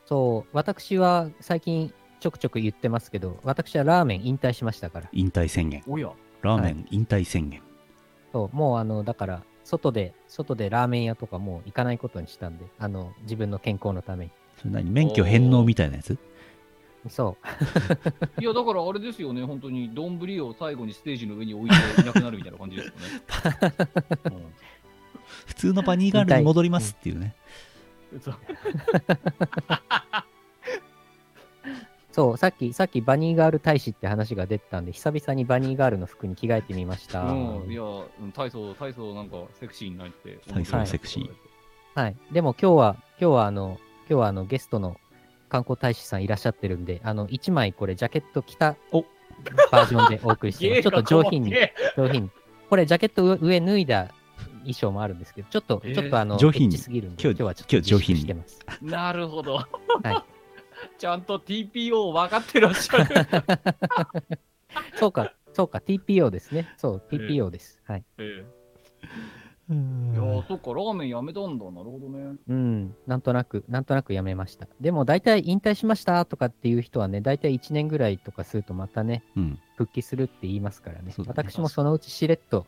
そう、私は最近ちょくちょく言ってますけど、私はラーメン引退しましたから。引退宣言おや。ラーメン引退宣言、そう、もうあの、だから、外で、外でラーメン屋とかもう行かないことにしたんで、あの、自分の健康のために。それ何免許返納みたいなやつそう、いや、だからあれですよね、本当に、丼を最後にステージの上に置いていなくなるみたいな感じですよね。 [LAUGHS] 普通のバニーガールに戻りますっていうねうそうそう、さっき、さっきバニーガール大使って話が出てたんで、久々にバニーガールの服に着替えてみました。うん、いや、うん体操、体操なんかセクシーになって。。体操セクシーはい。でも今日は、今日はあの、今日はあの、ゲストの観光大使さんいらっしゃってるんで、あの、1枚これジャケット着たおバージョンでお送りしてますちょっと上品にゲ、上品に。これジャケット上上脱いだ衣装もあるんですけど、ちょっと、えーちょっとあの、上品にエッチすぎるんで、今今日日はちょっ今と日上上品品にしてます。なるほど。はい。 [LAUGHS] ちゃんと TPO 分かってらっしゃ [LAUGHS] る。そうか、そうか、TPO ですね。そう、え TPO です。はい。えうえいやんー、そっか、ラーメンやめたんだ。なるほどね。うん、なんとなく、なんとなくやめました。でも大体引退しましたとかっていう人はね、大体1年ぐらいとかするとまたね、うん復帰するって言いますからね。そうだね私もそのうちしれっと、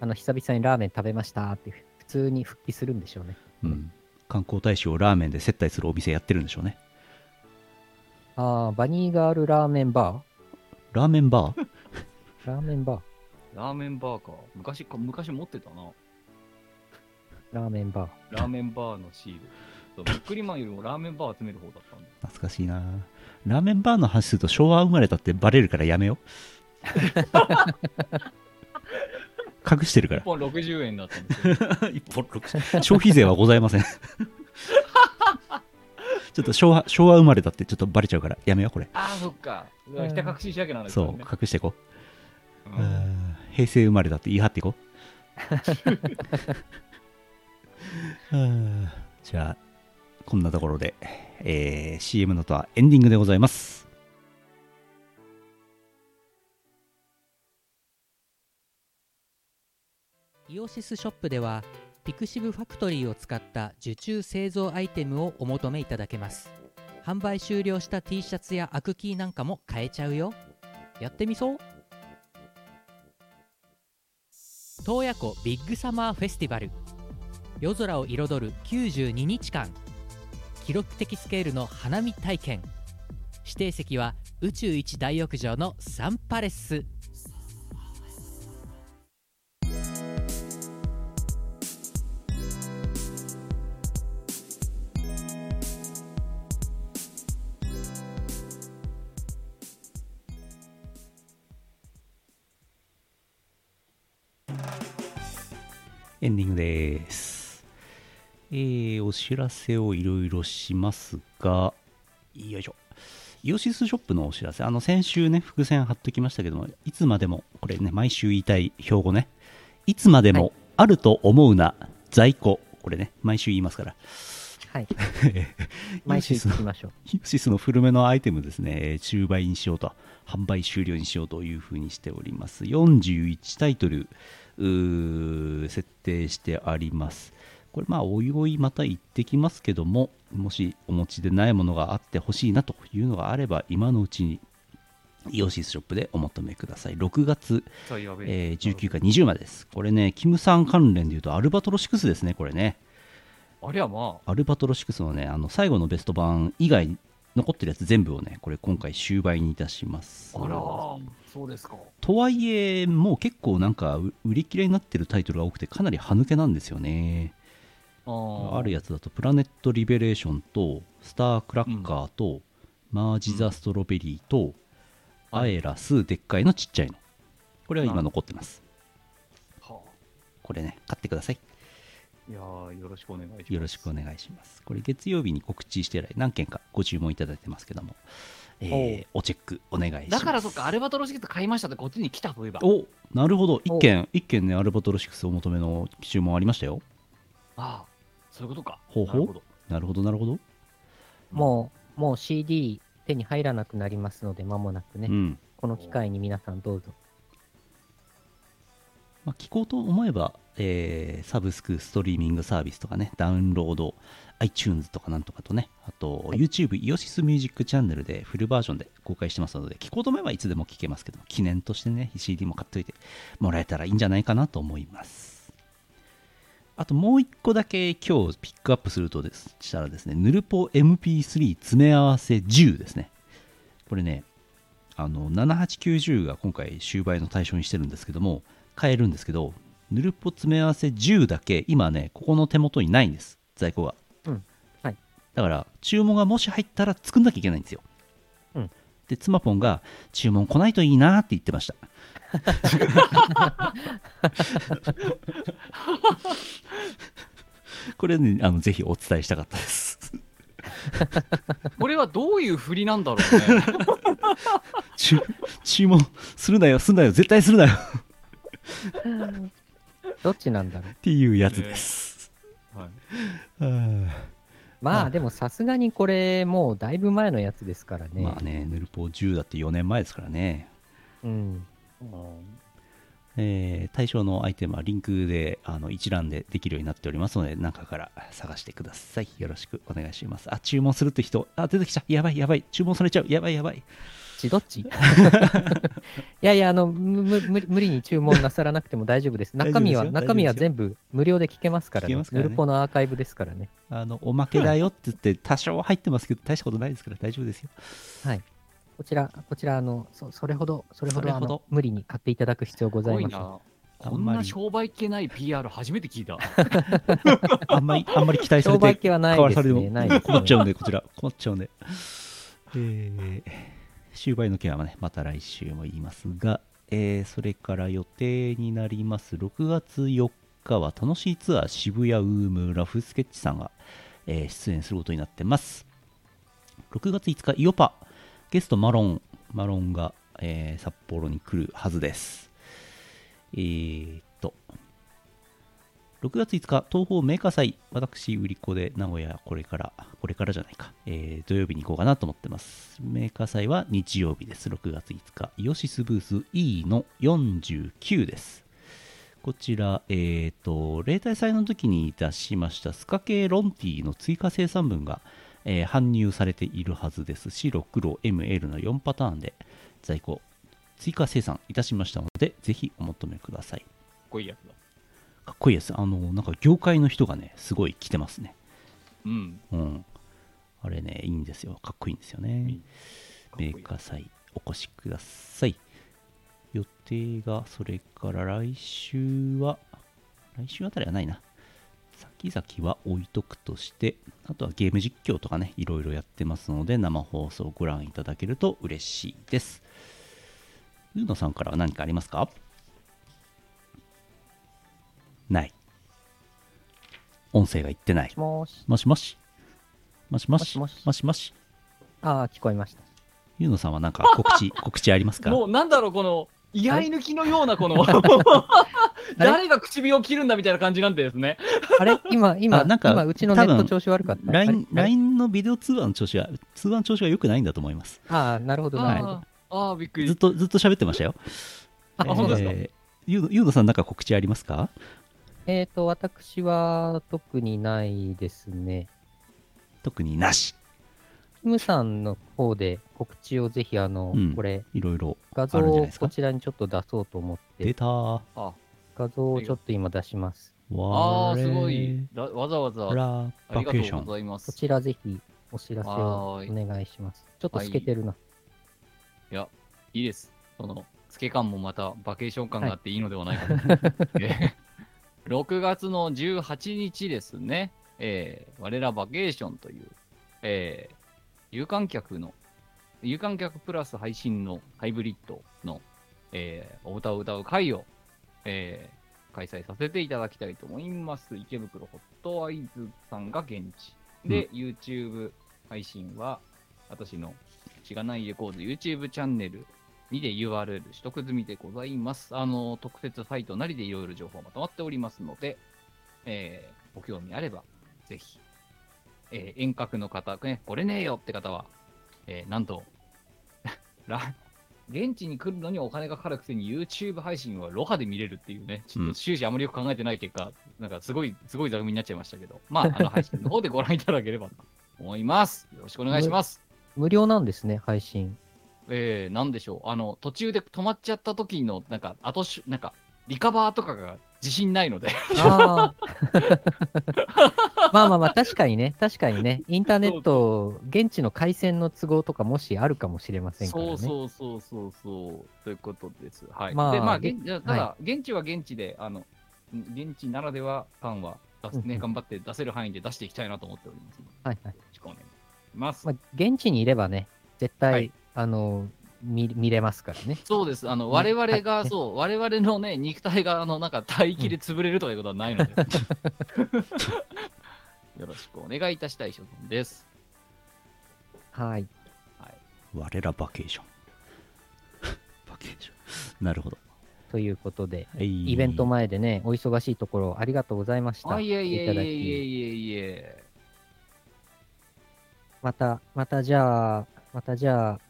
あの、久々にラーメン食べましたって、普通に復帰するんでしょうね。うん観光大使をラーメンで接待するお店やってるんでしょうねああ、バニーガールラーメンバラーメンバーーラーメンバーラーメンバーか。昔か、昔持ってたな。ラーメンバー。ラーメンバーのシール。そうビックリマンよりもラーメンバー集める方だったんだ。懐かしいなラーメンバーの話すると昭和生まれたってバレるからやめよ [LAUGHS] う隠してるから1本60円だった [LAUGHS] んですよ。一本6消費税はございませんちょっと昭和昭和生まれだってちょっとバレちゃうからやめようこれああ、そっか。うんひた隠し仕上げなんですよそうね。隠していこうう、んうん平成生まれだって言い張っていこう [LAUGHS] うんじゃあこんなところで、えー CM のとはエンディングでございますイオシスショップではピクシブファクトリーを使った受注製造アイテムをお求めいただけます販売終了した T シャツやアクキーなんかも買えちゃうよやってみそう洞爺湖ビッグサマーフェスティバル夜空を彩る92日間記録的スケールの花見体験指定席は宇宙一大浴場のサンパレスエンディングです。えー、お知らせをいろいろしますが、よいしょ。イオシスショップのお知らせ。あの、先週ね、伏線貼っときましたけども、いつまでも、これね、毎週言いたい標語ね。いつまではも、あると思うな、在庫。これね、毎週言いますから。はい。 [LAUGHS] イオ毎週シスの聞きましょう。イオシスの古めのアイテムですね、えー中売にしようと、販売終了にしようというふうにしております。41タイトル、うー設定してあります。これ、まあ、おいおいまた行ってきますけども、もしお持ちでないものがあってほしいなというのがあれば、今のうちに、イオシスショップでお求めください。6月、じゃあやべええー19から20までです。これね、キムさん関連でいうと、アルバトロシクスですね、これね。ありゃまアルバトロシクスのね、あの最後のベスト版以外、残ってるやつ全部をね、これ今回終売にいたします。あ、あらー、そうですか。とはいえ、もう結構なんかう売り切れになってるタイトルが多くて、かなり歯抜けなんですよね。ああるやつだと、プラネット・リベレーションと、スター・クラッカーと、マージ・ザ・ストロベリーと、アエラス、でっかいのちっちゃいの。これは今残ってます。はこれね、買ってください。あいやーよろしくお願いします。よろしくお願いします。これ月曜日に告知して以来何件かご注文いただいてますけども、えーおチェックお願いします。だからそっか、アルバトロシケット買いましたってこっちに来たといえば。おなるほど、一件、一件ね、アルバトロシクスお求めの注文ありましたよ。ああ、そういうことか。ほうほうなるほど。なるほど、なるほど。もう、もう CD 手に入らなくなりますので、間もなくね、うん。この機会に皆さんどうぞ。まあ、聞こうと思えば、えーサブスク、ストリーミングサービスとかね、ダウンロード、iTunes とかなんとかとね、あと、はい YouTube、イオシスミュージックチャンネルでフルバージョンで公開してますので、聞こうと思えばいつでも聞けますけど、記念としてね、CD も買っておいてもらえたらいいんじゃないかなと思います。あともう一個だけ今日ピックアップするとですしたらですね、ヌルポ MP3 詰め合わせ10ですね。これね、あの7890が今回終売の対象にしてるんですけども買えるんですけどぬるっぽ詰め合わせ10だけ今ねここの手元にないんです在庫が、うんだから注文がもし入ったら作んなきゃいけないんですよ、うんで妻ポンが注文来ないといいなって言ってました [LAUGHS] これねあのぜひお伝えしたかったですこれはどういう振りなんだろう [LAUGHS] ね。注注文するなよすんなよ絶対するなよどっちなんだろうっていうやつです、はいはあまああでもさすがにこれもうだいぶ前のやつですからね。まあねヌルポ10だって4年前ですからねうん。えー対象のアイテムはリンクであの一覧でできるようになっておりますので中から探してくださいよろしくお願いしますあ注文するって人あ出てきたやばいやばい注文されちゃうやばいやばいちどっち [LAUGHS] いやいや、あの、むむ無理無理に注文なさらなくても大丈夫です。中身は、大丈夫ですよ中身は全部無料で聞けますから聞けねま。すからヌねルポのアーカイブですからね。あのおまけだよって言って多少入ってますけど大したことないですから大丈夫ですよこちら、こちら、あの、そそれほど、それほどそれほどあの無理に買っていただく必要ごすざごいいません。な。あこんんまりな商売系ない PR 初めて聞いた。あんまりあんまり期待 [LAUGHS] さ商れ売て系はな買わいでさすれてね。もないです、ね。困っちゃうんでこちら困っちゃうんでえー、終売の件はねまた来週も言いますが、えーそれから予定になります6月4日は楽しいツアー渋谷ウームラフスケッチさんが、えー出演することになってます6月5日イオパゲストマロンマロンが、えー札幌に来るはずですえーっと6月5日、東方メーカー祭、私、売り子で名古屋、これから、これからじゃないか、えー土曜日に行こうかなと思ってます。メーカー祭は日曜日です。6月5日、イオシスブース E の49です。こちら、えっ、と、例大祭の時に出しました、スカ系ロンティの追加生産分が、えー搬入されているはずです。白、黒、ML の4パターンで在庫、追加生産いたしましたので、ぜひお求めください。こういうやつだ。かっこいいですあのなんか業界の人がねすごい来てますねうん。うんあれねいいんですよかっこいいんですよいねいメーカー祭お越しください予定がそれから来週は来週あたりはないな先々は置いとくとしてあとはゲーム実況とかねいろいろやってますので生放送をご覧いただけると嬉しいですゆうのさんからは何かありますかない音声が言ってないもし、もしもしもしもしももしもししもしああ、聞こえました。ゆうのさんはなんか告 [LAUGHS] 知告知ありますかもうなんだろう、この、居合抜きのような、この、 [LAUGHS] 誰が唇を切るんだみたいな感じなんでですね。あれ今、今、あなんか今、うちのネッ多ト分調子悪かった。 LINE あれ LINE のビデオ通話の調子は、通話の調子が良くないんだと思います。ああ、なるほど、なるほどあ。ーあー、びっくずっり。と、ずっと喋ってましたよ。あ本当ですかえーゆうのゆうのさん、なんか告知ありますかえっ、と、私は特にないですね。特になし。キムさんの方で告知をぜひ、あの、うんこれ、いろいろ画像あるんじゃをないですかこちらにちょっと出そうと思っ出て、た。わあ画像をちょっと今出します。あれー、すごい。だわざわざ、あら、あバりがケとーショうごン。ざいまこす。ちらぜひお知らせをおはーい願いします。ちょっと透けてるな。いいです。その、透け感もまたバケーション感があっていいのではないかと。 [LAUGHS] えー6月の18日ですね、えー我らバケーションという、えー有観客の、有観客プラス配信のハイブリッドの、えーお歌を歌う会を、えー開催させていただきたいと思います。池袋ホットアイズさんが現地。で、YouTube 配信は、私のしがないレコード YouTube チャンネルにで URL 取得済みでございます。あの、特設サイトなりでいろいろ情報まとまっておりますので、えーご興味あれば、ぜひ、えー遠隔の方、ね、来れねえよって方は、えーなんと、 [LAUGHS] ら現地に来るのにお金がかかるくせに YouTube 配信はロハで見れるっていうね、ちょっうんと終始あまりよく考えてない結果、なんかすごい、すごい座組になっちゃいましたけど、まあ、あの配信の方でご覧いただければと思います。よろしくお願いします。無料なんですね、配信。えー、なんでしょう、あの、途中で止まっちゃった時の、なんか、後し、なんか、リカバーとかが自信ないので、ああ。 [LAUGHS] まあまあまあ、確かにね、確かにね、インターネット、現地の回線の都合とかもしあるかもしれませんからね。そうそうそうそうそう、ということです。はい。まあで、まあ、で現ただ、現地は現地で、あの、ん現地ならでは感は出すうんうね、ん頑張って出せる範囲で出していきたいなと思っております。よはいはいろしくお願いします。まあ、現地にいればね、絶対、はいあの見見れますからね。そうです。あの、ね我々はが、いそう、我々のね、肉体が、あの、なんか、待機で潰れるということはないの [LAUGHS] で。よろしくお願いいたしたい所存です。はい。我らバケ [LAUGHS] ーション。バケーション。なるほど。ということで、イイベント前でね、お忙しいところありがとうございました。あ、いえいえいえいえいいえいえいえ。また、またじゃあ、またじゃあ、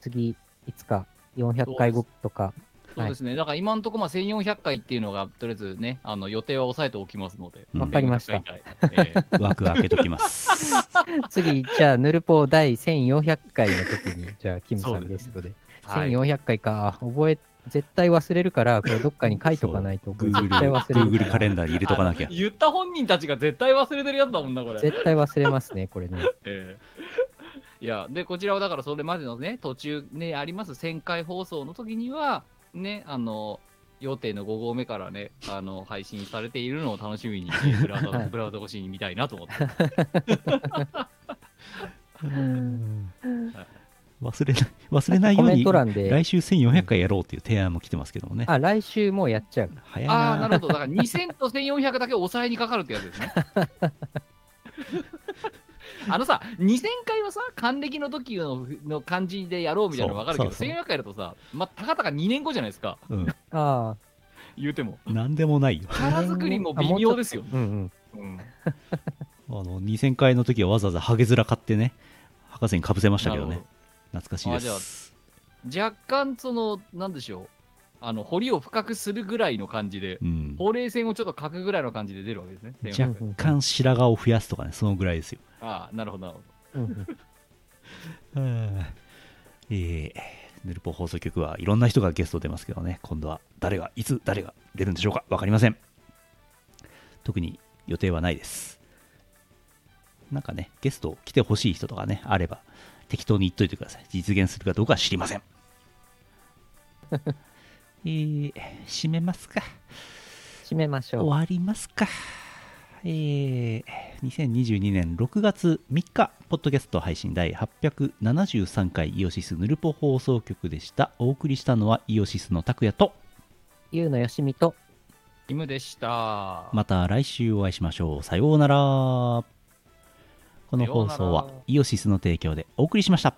次、いつか400回後とか、そうですね。だから今のところ、まあ、1400回っていうのが、とりあえずね、あの、予定は抑えておきますので。うんわかりました1400回以 [LAUGHS] 内。ええ枠開けときます。次、じゃあ、ヌルポ第1400回の時に、じゃあ、キムさんゲストで。はい1400回か、覚え、絶対忘れるから、これどっかに書いとかないと、絶対 Google、忘れる Google カレンダーに入れとかなきゃ。言った本人たちが絶対忘れてるやつだもんな、これ。絶対忘れますね、これね。ええいや、で、こちらはだから、それまでのね、途中ね、あります、1000回放送の時には、ね、あの、予定の5合目からね、あの、配信されているのを楽し [LAUGHS] みに、ブラウザ、はいブラウザ越しに見たいなと思って。忘れない、忘れないコようメンにト、欄で来、週1400回やろうっていう提案も来てますけどもね。あ、来週もうやっちゃう。早いああ、ななるほど。だから、2000と1400だけ抑えにかかるってやつです [LAUGHS] ね。あのさ、2000回はさ、還暦の時のの感じでやろうみたいなの分かるけど、そうそうそう1400回だとさ、まあ、たかたか2年後じゃないですか、 [LAUGHS] うん。あ言うても。なんでもないよ。あ。キャラ作りも微妙ですよね。うんうん。うんあの、2000回の時はわざわざハゲヅラ買ってね、博士にかぶせましたけどね。懐かしいであす。若干そのなんでしょうあの堀を深くするぐらいの感じでうん。ほうれい線をちょっと描くぐらいの感じで出るわけですね若1500干白髪を増やすとかね、そのぐらいですよ。ああなるほどなるほうどんうんうんえー、ヌルポ放送局はいろんな人がゲスト出ますけどね、今度は誰が、いつ誰が出るんでしょうか、わかりません。特に予定はないです。なんかね、ゲスト来てほしい人とかね、あれば、適当に言っといてください。実現するかどうかは知りません。えー、締めますか。締めましょう終。わりますか。えー、2022年6月3日、ポッドキャスト配信第873回イオシスヌルポ放送局でした。お送りしたのはイオシスの拓也と、ゆうのよしみと、キムでしたまた来週お会いしましょう。さようなら。この放さよ送うなはらイオシスの提供でお送りしました。